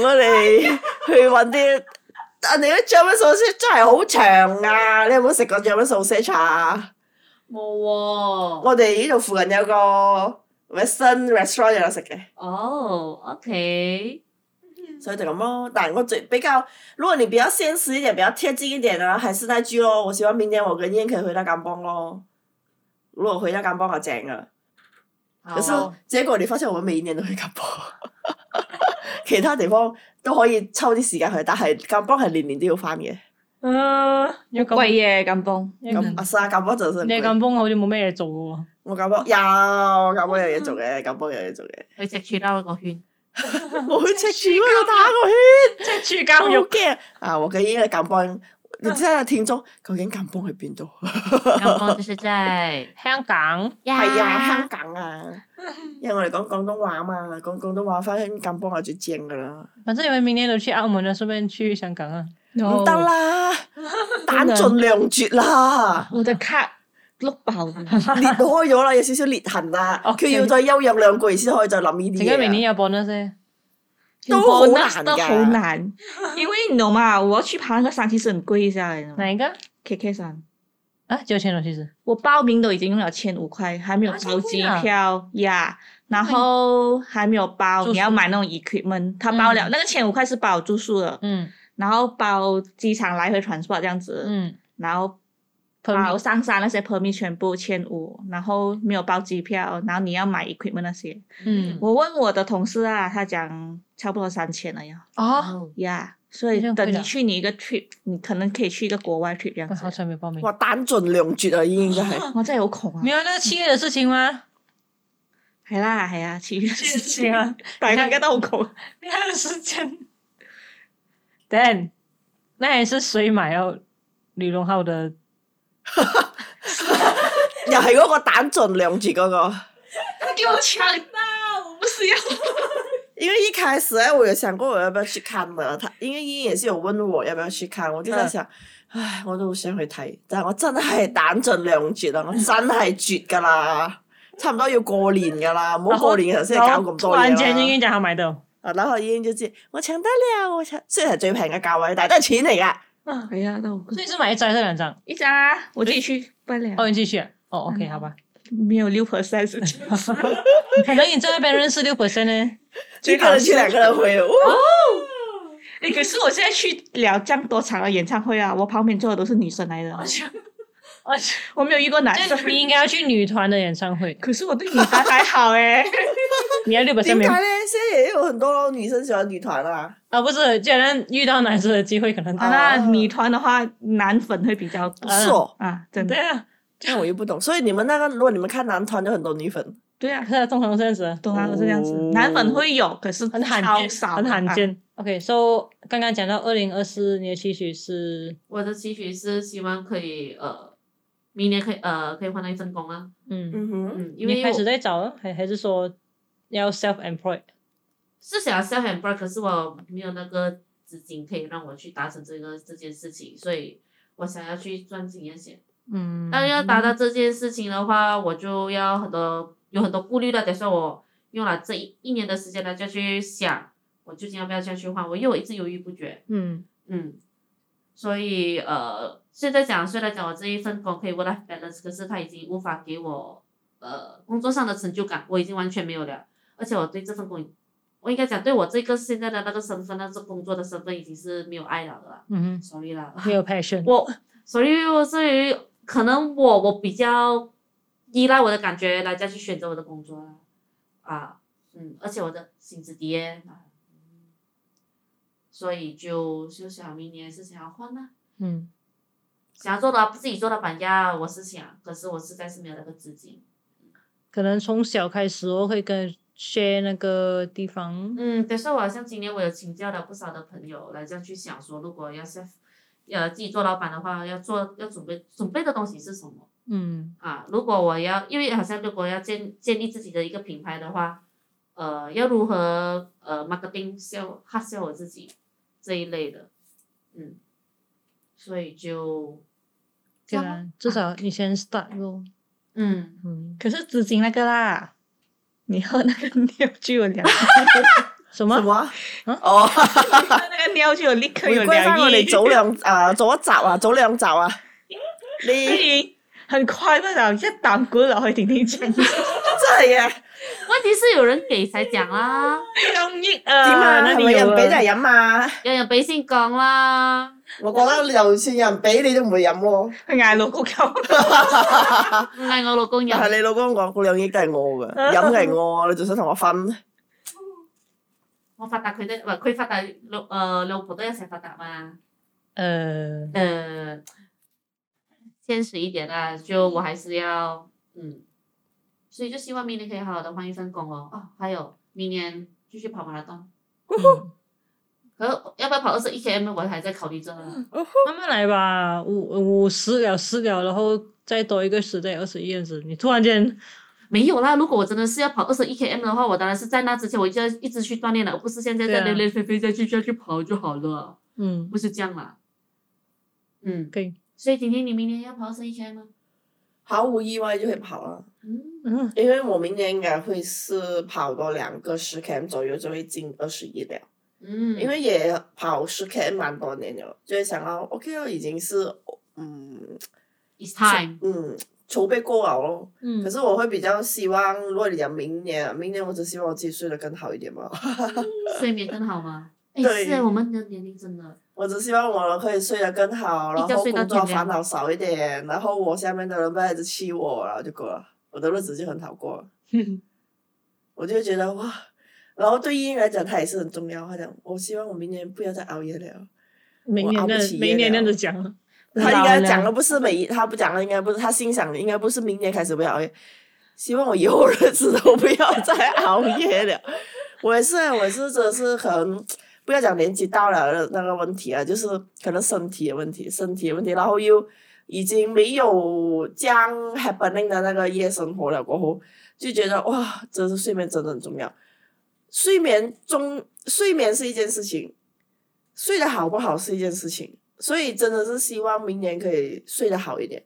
[SPEAKER 3] 我哋去揾啲人哋啲 German sausage 真係好長啊！你有冇食過 German sausage 啊？
[SPEAKER 1] 冇喎。
[SPEAKER 3] 我哋呢度附近有個 Western restaurant 有得食嘅，
[SPEAKER 1] 哦，OK，
[SPEAKER 3] 所以就咁咯。但我最比較，如果你比較現實一點、比較貼近一點呢，還是那句咯。我希望明年我跟燕可以回到甘榜咯。如果我回到甘榜，我正
[SPEAKER 2] 哦
[SPEAKER 3] 啊！
[SPEAKER 1] 好
[SPEAKER 3] 可是
[SPEAKER 1] 哦
[SPEAKER 3] 結果你發現我每一年都去甘榜， 其他地方都可以抽啲時間去，但係甘榜係年年都要翻嘅。
[SPEAKER 4] 呃
[SPEAKER 2] 啊，要
[SPEAKER 4] 貴嘢咁崩。
[SPEAKER 3] 咁
[SPEAKER 2] 咁
[SPEAKER 3] 阿沙甘啊榜就真
[SPEAKER 2] 你
[SPEAKER 3] 係
[SPEAKER 2] 咁
[SPEAKER 3] 貴
[SPEAKER 2] 崩好似冇咩嘢做嘅 喎。
[SPEAKER 3] 我甘榜有甘榜有嘢做嘅，甘榜有嘢做 嘅。
[SPEAKER 1] 去直處兜一個圈。
[SPEAKER 3] 我去赤柱嗰度打個圈。
[SPEAKER 2] 即係住
[SPEAKER 3] 好嗯
[SPEAKER 2] 監獄，
[SPEAKER 3] 驚啊！我嘅呢個感幫，你知啦，聽眾究竟感幫喺邊 度？
[SPEAKER 1] 剛剛就是在
[SPEAKER 2] 香港
[SPEAKER 3] 係啊，香港啊，因為我哋講廣東話嘛，講廣東話翻感幫係最正噶啦。
[SPEAKER 2] 反正你們明年都去澳門啦，順便去香港啊。
[SPEAKER 3] 唔得啦， 彈盡量絕啦，
[SPEAKER 4] 我的卡碌 爆，
[SPEAKER 3] 裂開咗啦，有少少裂痕 啦，
[SPEAKER 2] 哦
[SPEAKER 3] 佢要再休養兩個月先可以再諗呢啲
[SPEAKER 2] 陣間明年
[SPEAKER 3] 嘢啊。
[SPEAKER 2] 有 bonus 啫，
[SPEAKER 3] 都好難
[SPEAKER 4] 都
[SPEAKER 3] 㗎
[SPEAKER 4] 好難，因為你懂嘛，我要去爬那個山其實很貴一下嚟
[SPEAKER 2] 哪一個
[SPEAKER 4] K K 山，
[SPEAKER 2] 啊？九千多其實。
[SPEAKER 4] 我報名都已經用了千五塊，還沒有
[SPEAKER 2] 啊
[SPEAKER 4] 包
[SPEAKER 2] 這
[SPEAKER 4] 機
[SPEAKER 2] 麼貴啊
[SPEAKER 4] 票呀然後還沒有包
[SPEAKER 2] 住宿
[SPEAKER 4] 你要買那種 equipment，他包了、那個千五塊是包住宿的，
[SPEAKER 2] 嗯
[SPEAKER 4] 然後包機場來回 transport 這樣子，
[SPEAKER 2] 嗯，
[SPEAKER 4] 然後包上山那些 permit 全部千五，然後沒有包機票，然後你要買 equipment 那些。
[SPEAKER 2] 嗯
[SPEAKER 4] 我問我的同事啊，他講差不多三千了呀，
[SPEAKER 2] 啊，
[SPEAKER 1] 哦，
[SPEAKER 4] 呀、所以
[SPEAKER 2] 非常
[SPEAKER 4] 等
[SPEAKER 2] 貴
[SPEAKER 4] 你
[SPEAKER 2] 的
[SPEAKER 4] 去你一個 trip，你可能可以去一個國外 trip 這樣
[SPEAKER 2] 好
[SPEAKER 4] 子。
[SPEAKER 2] 彩沒報名。
[SPEAKER 3] 哇，彈盡量絕啊，已經真係。
[SPEAKER 4] 我真係好窮啊
[SPEAKER 2] 沒！有那個七月的事情 嗎？
[SPEAKER 4] 係啦係啊，七月
[SPEAKER 2] 事情啊，
[SPEAKER 4] 大家應該都好窮。
[SPEAKER 2] 你還有時 間？Dan，那也是誰買了李榮浩的？
[SPEAKER 3] 又係嗰個彈盡量絕嗰、個。
[SPEAKER 4] 他給我搶到，哎我不是要。
[SPEAKER 3] 因为一开始哎，我有想过我要不要去看的，他因为英也是有问我要不要去看，我就在想，唉，我都好想去睇，但系我真系膽盡量絕啦，我真系絕噶啦，差唔多要過年噶啦，唔好過年嘅時候先搞咁
[SPEAKER 2] 突
[SPEAKER 3] 多
[SPEAKER 2] 然間英
[SPEAKER 3] 嘢啦。
[SPEAKER 2] 英講他買到，
[SPEAKER 3] 啊，然後英就知我搶得了，我搶，雖然係最平嘅價位，但係都係錢嚟噶。
[SPEAKER 4] 係啊，都好
[SPEAKER 2] 所以是買一張還是兩張？
[SPEAKER 4] 一張啊，我自己去不了，
[SPEAKER 2] 哦，你繼續啊。哦，OK，好吧。
[SPEAKER 4] 沒有六 percent 是這樣
[SPEAKER 2] 可能你在那邊認識六 percent 呢？
[SPEAKER 3] 一個人去，兩個人 回，哦，
[SPEAKER 4] 诶，可是我现在去了这样多场的演唱会啊，我旁边坐的都是女生来的，
[SPEAKER 2] 而且
[SPEAKER 4] 我没有遇过男
[SPEAKER 2] 就
[SPEAKER 4] 生，
[SPEAKER 2] 啊是。你应该要去女团的演唱会
[SPEAKER 4] 可是我对女团还好诶、
[SPEAKER 2] 你要六 percent
[SPEAKER 3] 點
[SPEAKER 2] 没
[SPEAKER 3] 解
[SPEAKER 2] 有？
[SPEAKER 3] 咧？現在也有很多女生喜歡女團啊，
[SPEAKER 2] 啊，不是，既然遇到男生的机会可能
[SPEAKER 4] 啊，那女团的话，男粉会比较多
[SPEAKER 3] 不是哦，
[SPEAKER 4] 啊，真
[SPEAKER 2] 对
[SPEAKER 4] 的，
[SPEAKER 2] 啊，
[SPEAKER 3] 那我又不懂，所以你們那個，如果你們看男團，就很多女粉。
[SPEAKER 4] 对啊
[SPEAKER 2] 可，是通常都这样子啊，
[SPEAKER 4] 懂啊，都是这样子，男粉会有，可是
[SPEAKER 2] 很罕
[SPEAKER 4] 超
[SPEAKER 2] 见，
[SPEAKER 4] 少，
[SPEAKER 2] 很罕。见。OK，so 刚刚讲到二零二四，你的期许是，
[SPEAKER 1] 我的期许是希望可以呃，明年可以呃可以换到一份工啊。
[SPEAKER 2] 嗯，
[SPEAKER 3] 嗯哼。
[SPEAKER 1] 嗯，因
[SPEAKER 2] 你
[SPEAKER 1] 为
[SPEAKER 2] 开始
[SPEAKER 1] 我
[SPEAKER 2] 在找了，还还是说要 self employed？
[SPEAKER 1] 是想 self employ，可是我没有那个资金可以让我去达成这个这件事情，所以我想要去赚经验险。
[SPEAKER 2] 嗯
[SPEAKER 1] 但要达到这件事情的话，我就要很多有很多顾虑了。等于说我用了这一一年的时间来再去想，我究竟要不要再去换，我因为我一直犹豫不决。
[SPEAKER 2] 嗯
[SPEAKER 1] 嗯，所以呃，现在讲虽然讲我这一份工可以 work life balance，可是它已经无法给我呃工作上的成就感，我已经完全没有了。而且我对这份工，我应该讲对我这个现在的那个身份，那这工作的身份已经是没有爱了的啦
[SPEAKER 2] 嗯
[SPEAKER 1] ，sorry 啦。
[SPEAKER 2] 哼，没有 passion，
[SPEAKER 1] 我所以我至于可能我我比较依赖我的感觉来再去选择我的工作啦，啊，嗯，而且我的薪资低耶，啊嗯所以就就想明年是想要换呢，
[SPEAKER 2] 嗯
[SPEAKER 1] 想要做的自己做的板家，我是想，可是我实在是没有那个资金，
[SPEAKER 2] 可能从小开始我会跟 share 那个地方，
[SPEAKER 1] 嗯，但是我好像今年我有请教了不少的朋友来这样去想说，如果要是呃自己做老板的话，要做要准备准备的东西是什么？
[SPEAKER 2] 嗯
[SPEAKER 1] 啊，如果我要，因为好像如果要建建立自己的一个品牌的话，呃，要如何呃 marketing sell hard sell 我自己这一类的，嗯，所以就
[SPEAKER 2] 对
[SPEAKER 1] 这样
[SPEAKER 2] 啊，至少你先 start 咯，
[SPEAKER 1] 嗯，
[SPEAKER 2] 嗯，
[SPEAKER 4] 可是资金那个啦，你喝那个你有据我聊，
[SPEAKER 2] 什么？
[SPEAKER 3] 什么？哦，
[SPEAKER 4] 那个料就有立刻有
[SPEAKER 3] 回归翻我
[SPEAKER 4] 两亿
[SPEAKER 3] 哋，早兩啊，早一集啊，早兩集啊，
[SPEAKER 4] 不
[SPEAKER 3] 你
[SPEAKER 4] 行，很快不了，一啖骨落去婷婷讲，
[SPEAKER 3] 真啊係嘅，
[SPEAKER 1] 问题是有人俾才讲啦，
[SPEAKER 4] 两億
[SPEAKER 3] 點
[SPEAKER 4] 啊，
[SPEAKER 3] 啊？
[SPEAKER 4] 那
[SPEAKER 3] 係
[SPEAKER 4] 里
[SPEAKER 3] 咪有
[SPEAKER 4] 有
[SPEAKER 3] 人俾就
[SPEAKER 4] 啊，
[SPEAKER 3] 係飲啊？
[SPEAKER 1] 有人俾先讲啦。
[SPEAKER 3] 我覺得就算有人俾你都唔會飲咯，
[SPEAKER 4] 佢嗌老公狗，
[SPEAKER 1] 唔係我老公有
[SPEAKER 3] 但，係你老公講嗰兩億都係我嘅，飲嘅係我，你仲想同我分？
[SPEAKER 1] 我發達佢都，唔係佢發達老誒、呃老婆都一齊發達嘛。
[SPEAKER 2] 呃，
[SPEAKER 1] 誒、呃，現實一點啦，就我還是要嗯，所以就希望明年可以好好的換一份工哦。哦，還有明年繼續跑马拉松，
[SPEAKER 2] 嗯
[SPEAKER 1] 可是要不要跑二十一 km 我還在考啊慮着
[SPEAKER 2] 嗯
[SPEAKER 1] 呢。
[SPEAKER 2] 慢慢来吧，五五十了，十了，然后再多一个十，再二十一样子。你突然间，
[SPEAKER 1] 没有啦，如果我真的是要跑二十一 km 的話，我當然是在那之前我就要一直去鍛鍊了，而不是現在
[SPEAKER 2] 對
[SPEAKER 1] 在
[SPEAKER 2] 啊
[SPEAKER 1] 累累肥肥再去再去跑就好了，
[SPEAKER 2] 嗯，
[SPEAKER 1] 不是這樣啦。嗯，
[SPEAKER 2] 可以，
[SPEAKER 1] 所以婷婷，你明年要跑二十一 km 吗？
[SPEAKER 3] 毫無意外就會跑啦，
[SPEAKER 1] 嗯，
[SPEAKER 2] 嗯，
[SPEAKER 3] 因為我明年應該會是跑多兩個十 km 左右就會進二十一了。
[SPEAKER 1] 嗯，
[SPEAKER 3] 因为也跑十 K 蛮多年了，就会想到 OK 咯，已经是嗯
[SPEAKER 1] it's time。
[SPEAKER 3] 嗯筹备过了咯。可
[SPEAKER 2] 嗯，
[SPEAKER 3] 是我会比较希望，如果你讲明年，明年我只希望我自己睡得更好一点嘛，
[SPEAKER 1] 睡眠更好吗？哎，
[SPEAKER 3] 对
[SPEAKER 1] 是啊我们的年龄真的，
[SPEAKER 3] 我只希望我可以睡得更好，然
[SPEAKER 1] 一觉
[SPEAKER 3] 后
[SPEAKER 1] 睡到
[SPEAKER 3] 工作
[SPEAKER 1] 天亮
[SPEAKER 3] 烦恼少一点，然后我下面的人不要一直气我，然后就够了，我的日子就很好过 了。我就会觉得哇，然后对依依来讲，她也是很重要。她讲，我希望我明年不要再熬夜了。
[SPEAKER 2] 明年
[SPEAKER 3] 我熬不
[SPEAKER 2] 的啊
[SPEAKER 3] 起夜
[SPEAKER 2] 明年那
[SPEAKER 3] 了
[SPEAKER 2] 样子讲了，
[SPEAKER 3] 他应
[SPEAKER 4] 老
[SPEAKER 3] 该
[SPEAKER 4] 了
[SPEAKER 3] 讲的不是每一，他不讲的应该不是，他心想的应该不是明年开始不要熬夜，希望我以后日子都不要再熬夜了。我也是，我是真的是可能不要讲年纪到了的那个问题啊，就是可能身体的问题，身体的问题，然后又已经没有这样 happening 的那个夜生活了，过后就觉得哇，真是睡眠真的很重要。睡眠中，睡眠是一件事情，睡得好不好是一件事情，所以真的是希望明年可以睡得好一点。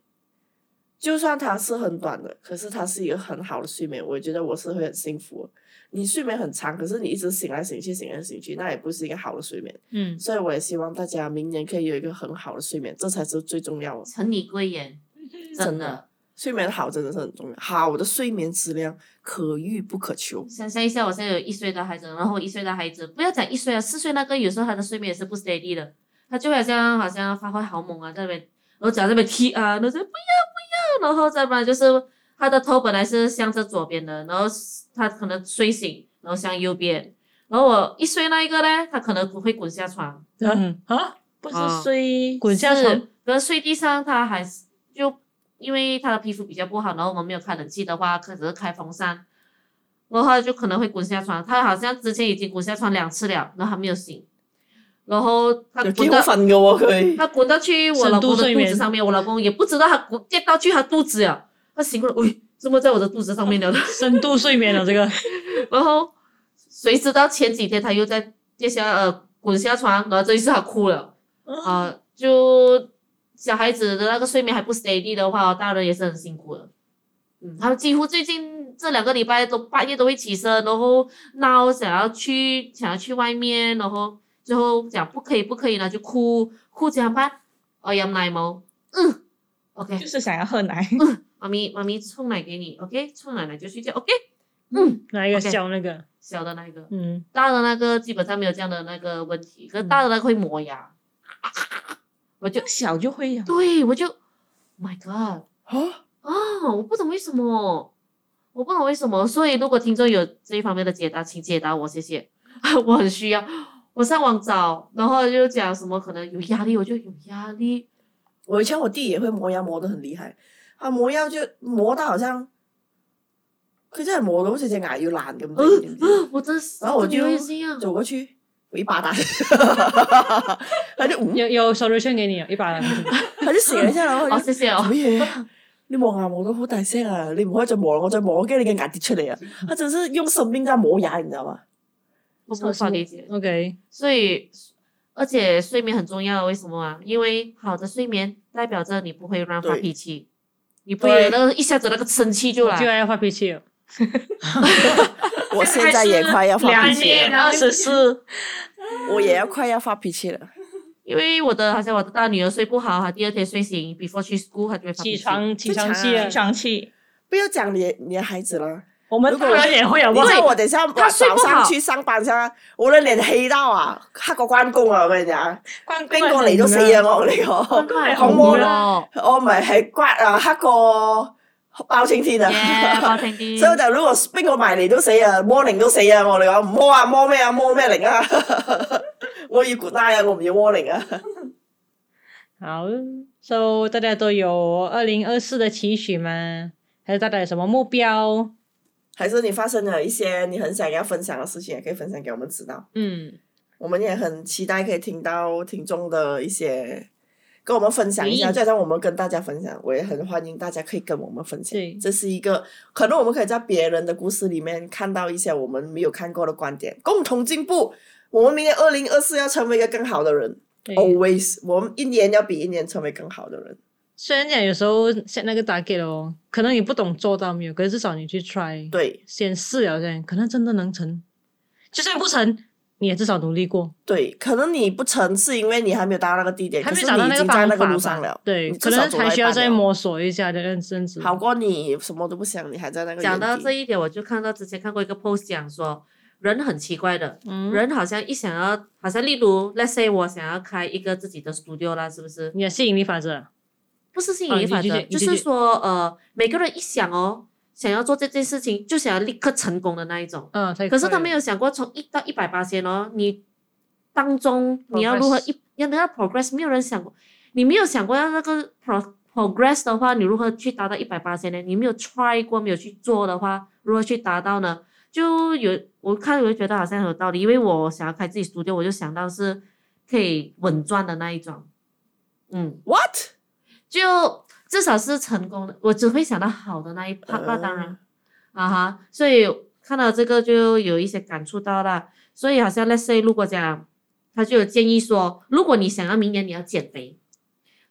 [SPEAKER 3] 就算它是很短的，可是它是一个很好的睡眠，我觉得我是会很幸福的。你睡眠很长，可是你一直醒来醒去，醒来醒去，那也不是一个好的睡眠。
[SPEAKER 2] 嗯，
[SPEAKER 3] 所以我也希望大家明年可以有一个很好的睡眠，这才是最重要的。
[SPEAKER 1] 承你贵 言，真
[SPEAKER 3] 真
[SPEAKER 1] 的
[SPEAKER 3] 的。睡眠好真的是很重要，好的睡眠质量可遇不可求。
[SPEAKER 1] 想象一下，我现在有一岁的孩子，然后我一岁的孩子，不要讲一岁啊，四岁那个有时候他的睡眠也是不 steady 的，他就好像好像发挥好猛啊，在那边，然后讲那边 踢啊，然后就不要不要，然后再不然就是他的头本来是向着左边的，然后他可能睡醒，然后向右边，然后我一岁那一个呢，他可能会滚下床，
[SPEAKER 2] 嗯啊，
[SPEAKER 4] 不
[SPEAKER 1] 啊
[SPEAKER 4] 是睡，
[SPEAKER 2] 滚下床
[SPEAKER 1] 是，可是睡地上他还是就因为他的皮肤比较不好，然后我们没有开冷气的话，可只是开风扇，然后他就可能会滚下床。他好像之前已经滚下床两次了，然后还没有醒，然后他
[SPEAKER 3] 有
[SPEAKER 1] 滚
[SPEAKER 3] 几好
[SPEAKER 1] 到
[SPEAKER 3] 瞓嘅喎佢，
[SPEAKER 1] 他滚到去我老公的
[SPEAKER 2] 深度
[SPEAKER 1] 肚子
[SPEAKER 2] 睡眠
[SPEAKER 1] 上面，我老公也不知道他滚跌到去他肚子了，他醒过来，喂、怎么在我的肚子上面了？
[SPEAKER 2] 深度睡眠了啊 这个，
[SPEAKER 1] 然后谁知道前几天他又在跌下呃滚下床，然后这一次他哭了，啊、就小孩子的那个睡眠还不 steady 的话，大人也是很辛苦的。嗯，他们几乎最近这两个礼拜都半夜都会起身，然后闹想要去想要去外面，然后最后讲不可以不可以呢就哭哭怎么办？哦，要奶吗？嗯，OK，
[SPEAKER 4] 就是想要喝奶，
[SPEAKER 1] 妈咪妈咪冲奶给你，OK，冲奶奶就睡觉，OK，嗯，
[SPEAKER 2] 拿一个
[SPEAKER 1] OK
[SPEAKER 2] 小那个，
[SPEAKER 1] 小的那一个。
[SPEAKER 2] 嗯，
[SPEAKER 1] 大的那个基本上没有这样的那个问题，可是
[SPEAKER 3] 嗯
[SPEAKER 1] 大的那个会磨 牙，我就
[SPEAKER 4] 小就会有，
[SPEAKER 1] 对我就，Oh，My God
[SPEAKER 3] 啊，
[SPEAKER 1] 啊，我不懂为什么，我不懂为什么，所以如果听众有这一方面的解答，请解答我，谢谢， 我很需要。我上网找，然后就讲什么可能有压力，我就有压力，
[SPEAKER 3] 我以前我弟也会磨牙磨得很厉害，他磨牙就磨到好像，佢真係磨到好似隻牙要爛咁
[SPEAKER 1] 呃
[SPEAKER 3] 嘅已經。
[SPEAKER 1] 呃，我真的是，
[SPEAKER 3] 然后我
[SPEAKER 1] 真
[SPEAKER 3] 就
[SPEAKER 1] 的会这样，
[SPEAKER 3] 走过去，我一 巴打，他就嗯，
[SPEAKER 2] 有有手榴圈给你一把了，
[SPEAKER 3] 他就醒了一下，然后
[SPEAKER 1] 哦，
[SPEAKER 3] 我就
[SPEAKER 1] 谢谢哦
[SPEAKER 3] 啊做，乜嘢啊？你磨牙磨到好大聲啊！你唔可以再磨啦，我再磨，我驚你嘅牙跌出嚟啊！他真是用生命在磨牙，你知道嗎？
[SPEAKER 1] 我无法理解。
[SPEAKER 2] ，OK，
[SPEAKER 1] 所以，而且睡眠很重要，为什么啊？因为好的睡眠代表着你不会乱发
[SPEAKER 3] 对
[SPEAKER 1] 脾气，你不会有
[SPEAKER 3] 对
[SPEAKER 1] 那个一下子那个生气就
[SPEAKER 2] 就
[SPEAKER 1] 来，
[SPEAKER 2] 要发脾气了，
[SPEAKER 3] 我现在也快要发
[SPEAKER 4] 两
[SPEAKER 3] 脾气
[SPEAKER 4] 千
[SPEAKER 3] 了，
[SPEAKER 4] 二十四，
[SPEAKER 3] 我也要快要发脾气了。
[SPEAKER 1] 因为我的好像我的大女儿睡不好，她第二天睡醒，before 去 school 她就会发脾
[SPEAKER 2] 起
[SPEAKER 1] 气。
[SPEAKER 2] 床起
[SPEAKER 3] 正
[SPEAKER 2] 床
[SPEAKER 3] 常
[SPEAKER 2] 气
[SPEAKER 3] 啊
[SPEAKER 2] 啊
[SPEAKER 4] 起！床气，
[SPEAKER 3] 不要讲你你的孩子了，
[SPEAKER 2] 我们
[SPEAKER 3] 如果
[SPEAKER 2] 大人也会有
[SPEAKER 3] 你
[SPEAKER 2] 问
[SPEAKER 3] 知
[SPEAKER 2] 题
[SPEAKER 3] 道。我等一下
[SPEAKER 1] 啊他睡不
[SPEAKER 3] 早上
[SPEAKER 1] 好
[SPEAKER 3] 去上班噻，我的脸黑到啊，黑過關公啊！我跟你講，
[SPEAKER 4] 關公
[SPEAKER 3] 邊個嚟都死啊！我你講，
[SPEAKER 1] 係
[SPEAKER 3] 好
[SPEAKER 1] 好
[SPEAKER 3] 冇
[SPEAKER 1] 咯，
[SPEAKER 3] 我咪係骨啊，黑過包青天啊！
[SPEAKER 1] 耶，包青天。
[SPEAKER 3] 所以就如果邊個埋嚟都死啊，摸零都死啊！我哋講唔摸啊，摸咩啊，摸咩零啊！ 我要 good night 啊，我唔要摸零啊！
[SPEAKER 2] 好，so 大家都有二零二四的期许吗？还是大家有什么目标？
[SPEAKER 3] 还是你发生了一些你很想要分享的事情，也可以分享给我们知道。
[SPEAKER 2] 嗯，
[SPEAKER 3] 我们也很期待可以听到听众的一些跟我们分享一下，
[SPEAKER 2] 回应
[SPEAKER 3] 就像我们跟大家分享，我也很欢迎大家可以跟我们分享
[SPEAKER 2] 对。
[SPEAKER 3] 这是一个可能我们可以在别人的故事里面看到一些我们没有看过的观点，共同进步。我们明年二零二四要成为一个更好的人
[SPEAKER 2] 对。
[SPEAKER 3] ，always，我们一年要比一年成为更好的人。
[SPEAKER 2] 虽然讲有时候 set 那个 target 哦，可能你不懂做到没有，可是至少你去 try，
[SPEAKER 3] 对
[SPEAKER 2] 先试了先，可能真的能成。就算不成，你也至少努力过，
[SPEAKER 3] 对，可能你不成是因为你还没有到那个地点，
[SPEAKER 2] 还
[SPEAKER 3] 可
[SPEAKER 2] 没
[SPEAKER 3] 是
[SPEAKER 2] 找到
[SPEAKER 3] 你已
[SPEAKER 2] 个
[SPEAKER 3] 经在
[SPEAKER 2] 方
[SPEAKER 3] 那个
[SPEAKER 2] 法
[SPEAKER 3] 路
[SPEAKER 2] 吧
[SPEAKER 3] 上了。
[SPEAKER 2] 对，
[SPEAKER 3] 你
[SPEAKER 2] 可
[SPEAKER 3] 至少
[SPEAKER 2] 能
[SPEAKER 3] 走到
[SPEAKER 2] 还
[SPEAKER 3] 一
[SPEAKER 2] 需要
[SPEAKER 3] 半
[SPEAKER 2] 再
[SPEAKER 3] 了
[SPEAKER 2] 摸索一下的认真子。
[SPEAKER 3] 好过你什么都不想，你还在那个
[SPEAKER 1] 讲
[SPEAKER 3] 原
[SPEAKER 1] 到
[SPEAKER 3] 地
[SPEAKER 1] 这一点，我就看到之前看过一个 post 讲说，人很奇怪的，
[SPEAKER 2] 嗯，
[SPEAKER 1] 人好像一想要，好像例如，let's say 我想要开一个自己的 studio 啦，是不是？
[SPEAKER 2] 你的吸引力法则，
[SPEAKER 1] 不是吸
[SPEAKER 2] 啊
[SPEAKER 1] 引力
[SPEAKER 2] 你
[SPEAKER 1] 法
[SPEAKER 2] 继
[SPEAKER 1] 则，
[SPEAKER 2] 续你
[SPEAKER 1] 就
[SPEAKER 2] 继
[SPEAKER 1] 是
[SPEAKER 2] 续
[SPEAKER 1] 说，呃，每个人一想哦，想要做这件事情，就想要立刻成功的那一种。
[SPEAKER 2] 嗯，才
[SPEAKER 1] 可是他
[SPEAKER 2] 会
[SPEAKER 1] 没有想过，从一到一百八千哦，你当中你要如何
[SPEAKER 2] Progress
[SPEAKER 1] 一要那个 progress，没有人想过，你没有想过要那个 pro progress 的话，你如何去达到一百八千呢？你没有 try 过，没有去做的话，如何去达到呢？就有我看我就觉得好像很有道理，因为我想要开自己 studio，我就想到是可以稳赚的那一种，嗯。
[SPEAKER 3] what？
[SPEAKER 1] 就至少是成功的，我只会想到好的那一 part 啦，
[SPEAKER 3] 嗯
[SPEAKER 1] 当然，啊哈，所以看到这个就有一些感触到了，所以好像 let's say 如果讲，他就有建议说，如果你想要明年你要减肥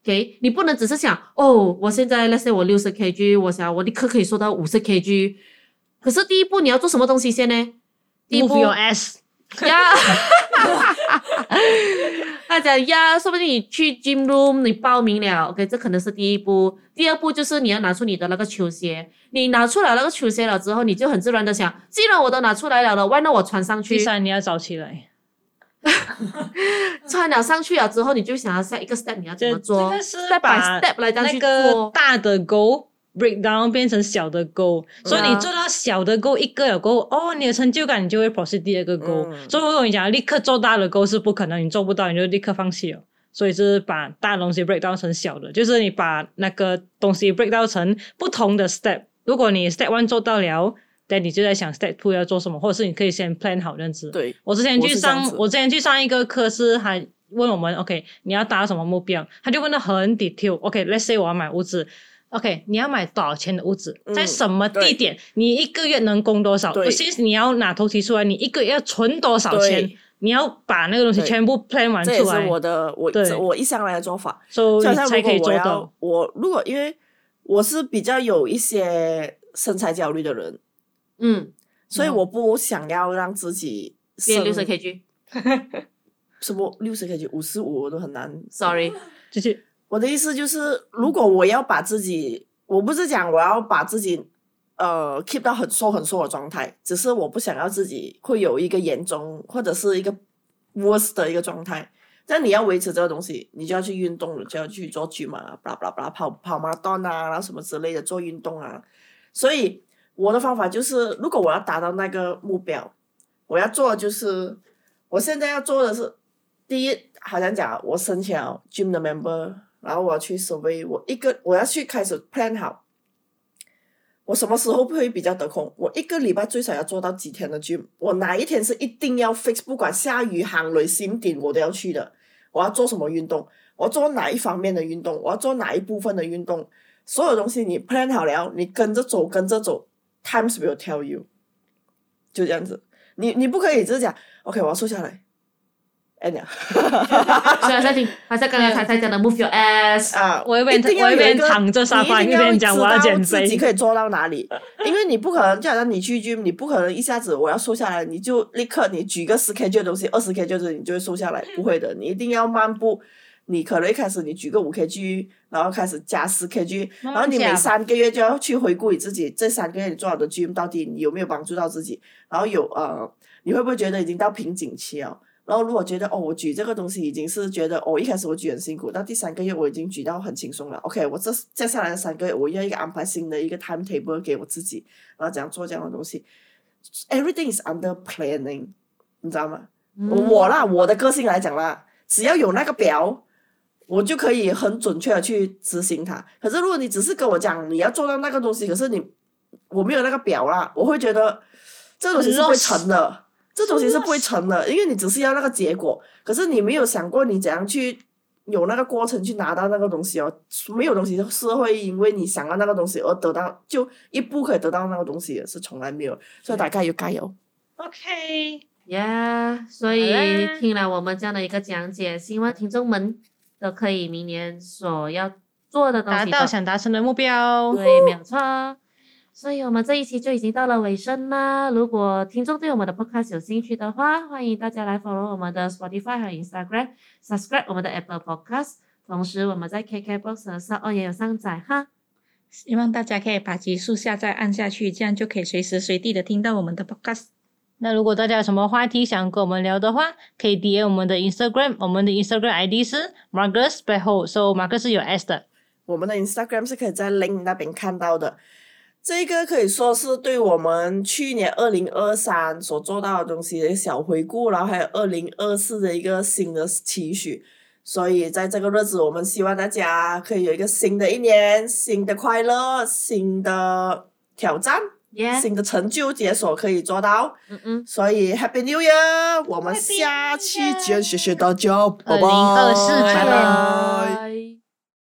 [SPEAKER 1] ，OK，你不能只是想哦，我现在 let's say 我六十 kg，我想我立刻可以瘦到五十 kg，可是第一步你要做什么东西先呢？第一步
[SPEAKER 2] move your ass，
[SPEAKER 1] 呀，他讲呀，说不定你去 gym room 你报名了，OK，这可能是第一步。第二步就是你要拿出你的那个球鞋，你拿出来那个球鞋了之后，你就很自然的想，既然我都拿出来了了，why not 我穿上去
[SPEAKER 2] 第？三你要早起来，
[SPEAKER 1] 穿了上去了之后，你就想要下一个 step 你要怎
[SPEAKER 2] 这
[SPEAKER 1] 么做
[SPEAKER 2] 这个是
[SPEAKER 1] ？step
[SPEAKER 2] 把
[SPEAKER 1] by step 来这样
[SPEAKER 2] 那
[SPEAKER 1] 去
[SPEAKER 2] 个
[SPEAKER 1] 做。
[SPEAKER 2] 大的 goal break down 变成小的 goal，、所以你做到小的 goal 一个有 goal，哦，你有成就感，你就会 proceed 第二个 goal、
[SPEAKER 3] 嗯
[SPEAKER 2] 所以我跟你讲，立刻做大的 goal 是不可能，你做不到你就立刻放弃了。所以就是把大的东西 break down 成小的，就是你把那个东西 break down 成不同的 step。如果你 step one 做到了，但你就在想 step two 要做什么，或者是你可以先 plan 好这样子。
[SPEAKER 3] 对，
[SPEAKER 2] 我之前
[SPEAKER 3] 我
[SPEAKER 2] 去
[SPEAKER 3] 是这样
[SPEAKER 2] 上，
[SPEAKER 3] 子
[SPEAKER 2] 我之前去上一个课是还问我们，OK，你要达到什么目标？他就问的很 detail，OK，let's、say 我要买屋子，OK，你要买多少钱的屋子，
[SPEAKER 3] 嗯
[SPEAKER 2] 在什么地
[SPEAKER 3] 对
[SPEAKER 2] 点，你一个月能供多少？
[SPEAKER 3] 对
[SPEAKER 2] 我先你要拿头提出来，你一个月要存多少钱
[SPEAKER 3] 对？
[SPEAKER 2] 你要把那个东西
[SPEAKER 3] 对
[SPEAKER 2] 全部 plan 完
[SPEAKER 3] 这也
[SPEAKER 2] 出
[SPEAKER 3] 是
[SPEAKER 2] 来，
[SPEAKER 3] 我的我
[SPEAKER 2] 对
[SPEAKER 3] 我一向来的做法，
[SPEAKER 2] 所
[SPEAKER 3] 就
[SPEAKER 2] 以
[SPEAKER 3] 好
[SPEAKER 2] 你
[SPEAKER 3] 像
[SPEAKER 2] 才
[SPEAKER 3] 如
[SPEAKER 2] 可以
[SPEAKER 3] 果我
[SPEAKER 2] 做到
[SPEAKER 3] 要。我如果因为我是比较有一些身材焦虑的人，
[SPEAKER 1] 嗯，
[SPEAKER 3] 所以
[SPEAKER 2] 嗯
[SPEAKER 3] 我不想要让自己
[SPEAKER 1] 变
[SPEAKER 3] 升
[SPEAKER 1] 六十 kg，sorry，
[SPEAKER 3] 什么六十 kg 五十五我都很难。
[SPEAKER 2] 就是
[SPEAKER 3] 我的意思就是，如果我要把自己，我不是讲我要把自己呃 keep 到很瘦很瘦的状态，只是我不想要自己会有一个严重或者是一个 worse 的一个状态。但你要维持这个东西，你就要去运动，你就要去做 gym 啊，巴拉巴拉巴拉，跑跑马拉松啊，然后什么之类的做运动啊。所以我的方法就是，如果我要达到那个目标，我要做的就是，我现在要做的是，第一，好像讲啊我申请了 gym 的 member，然后我要去 survey，我一个我要去开始 plan 好，我什么时候会比较得空？我一个礼拜最少要做到几天的 gym？我哪一天是一定要 fix？不管下雨、行雷、心顶，我都要去的。我要做什么运动？我要做哪一方面的运动？我要做哪一部分的运动？所有东西你 plan 好了，你跟着走，跟着走，times will tell you，就这样子。你你不可以只是讲 OK，我要瘦下来，哎呀，
[SPEAKER 1] 虽然在听，还在刚刚才才讲的 move your ass，
[SPEAKER 3] 啊，
[SPEAKER 2] 我一边
[SPEAKER 3] 一定要
[SPEAKER 2] 我一边
[SPEAKER 3] 有个
[SPEAKER 2] 躺着沙发
[SPEAKER 3] 你
[SPEAKER 2] 一边
[SPEAKER 3] 定
[SPEAKER 2] 讲
[SPEAKER 3] 要
[SPEAKER 2] 我要减
[SPEAKER 3] 知道
[SPEAKER 2] 肥
[SPEAKER 3] 自己可以做到 哪里，因为你不可能，就好像你去 gym，你不可能一下子我要瘦下来，你就立刻你举个十 kg 的东西，二十 kg 的东西你就会瘦下来，不会的，你一定要漫步。你可能一开始你举个五 kg，然后开始加十 kg，
[SPEAKER 2] 慢慢
[SPEAKER 3] 然后你每
[SPEAKER 2] 加
[SPEAKER 3] 三个月就要去回顾你自己这三个月你做好的 gym 到底你有没有帮助到自己，然后有呃，你会不会觉得已经到瓶颈期了？然后如果觉得哦，我举这个东西已经是觉得哦，一开始我举很辛苦，到第三个月我已经举到很轻松了。OK，我这接下来的三个月我要一个安排新的一个 timetable 给我自己，然后怎样做这样的东西，everything is under planning，你知道吗？我啦，我的个性来讲啦，只要有那个表，我就可以很准确的去执行它。可是如果你只是跟我讲你要做到那个东西，可是你我没有那个表啦，我会觉得这东西是不会成的，这东西是不会成的，因为你只是要那个结果，可是你没有想过你怎样去。有那个过程去拿到那个东西哦，没有东西是会因为你想要那个东西而得到，就一步可以得到那个东西的，是从来没有。所以大家要加油。
[SPEAKER 2] OK，
[SPEAKER 1] 呀，所
[SPEAKER 2] 好
[SPEAKER 1] 以
[SPEAKER 2] 嘞
[SPEAKER 1] 听了我们这样的一个讲解，希望听众们都可以明年所要做的东
[SPEAKER 2] 达
[SPEAKER 1] 西
[SPEAKER 2] 到
[SPEAKER 1] 都
[SPEAKER 2] 想达成的目标。
[SPEAKER 1] 对，没有错。哦所以我们这一期就已经到了尾声啦。如果听众对我们的 podcast 有兴趣的话，欢迎大家来 follow 我们的 Spotify 和 Instagram，subscribe 我们的 Apple Podcast。同时，我们在 KKBox 和 s o u 也有上载哈。
[SPEAKER 4] 希望大家可以把集数下载按下去，这样就可以随时随地的听到我们的 podcast。
[SPEAKER 2] 那如果大家有什么话题想跟我们聊的话，可以 DM 我们的 Instagram，我们的 Instagram ID 是 Marcus b e h o 所以 Marcus 是有 S 的。
[SPEAKER 3] 我们的 Instagram 是可以在 link 那边看到的。这个可以说是对我们去年二零二三所做到的东西的一个小回顾，然后还有二零二四的一个新的期许。所以在这个日子，我们希望大家可以有一个新的一年、新的快乐、新的挑战、
[SPEAKER 1] 耶、
[SPEAKER 3] 新的成就解锁可以做到。
[SPEAKER 1] 嗯嗯，
[SPEAKER 3] 所以 Happy New Year！我们下期见，谢谢大家，拜拜。
[SPEAKER 2] 2024快乐
[SPEAKER 1] 拜拜。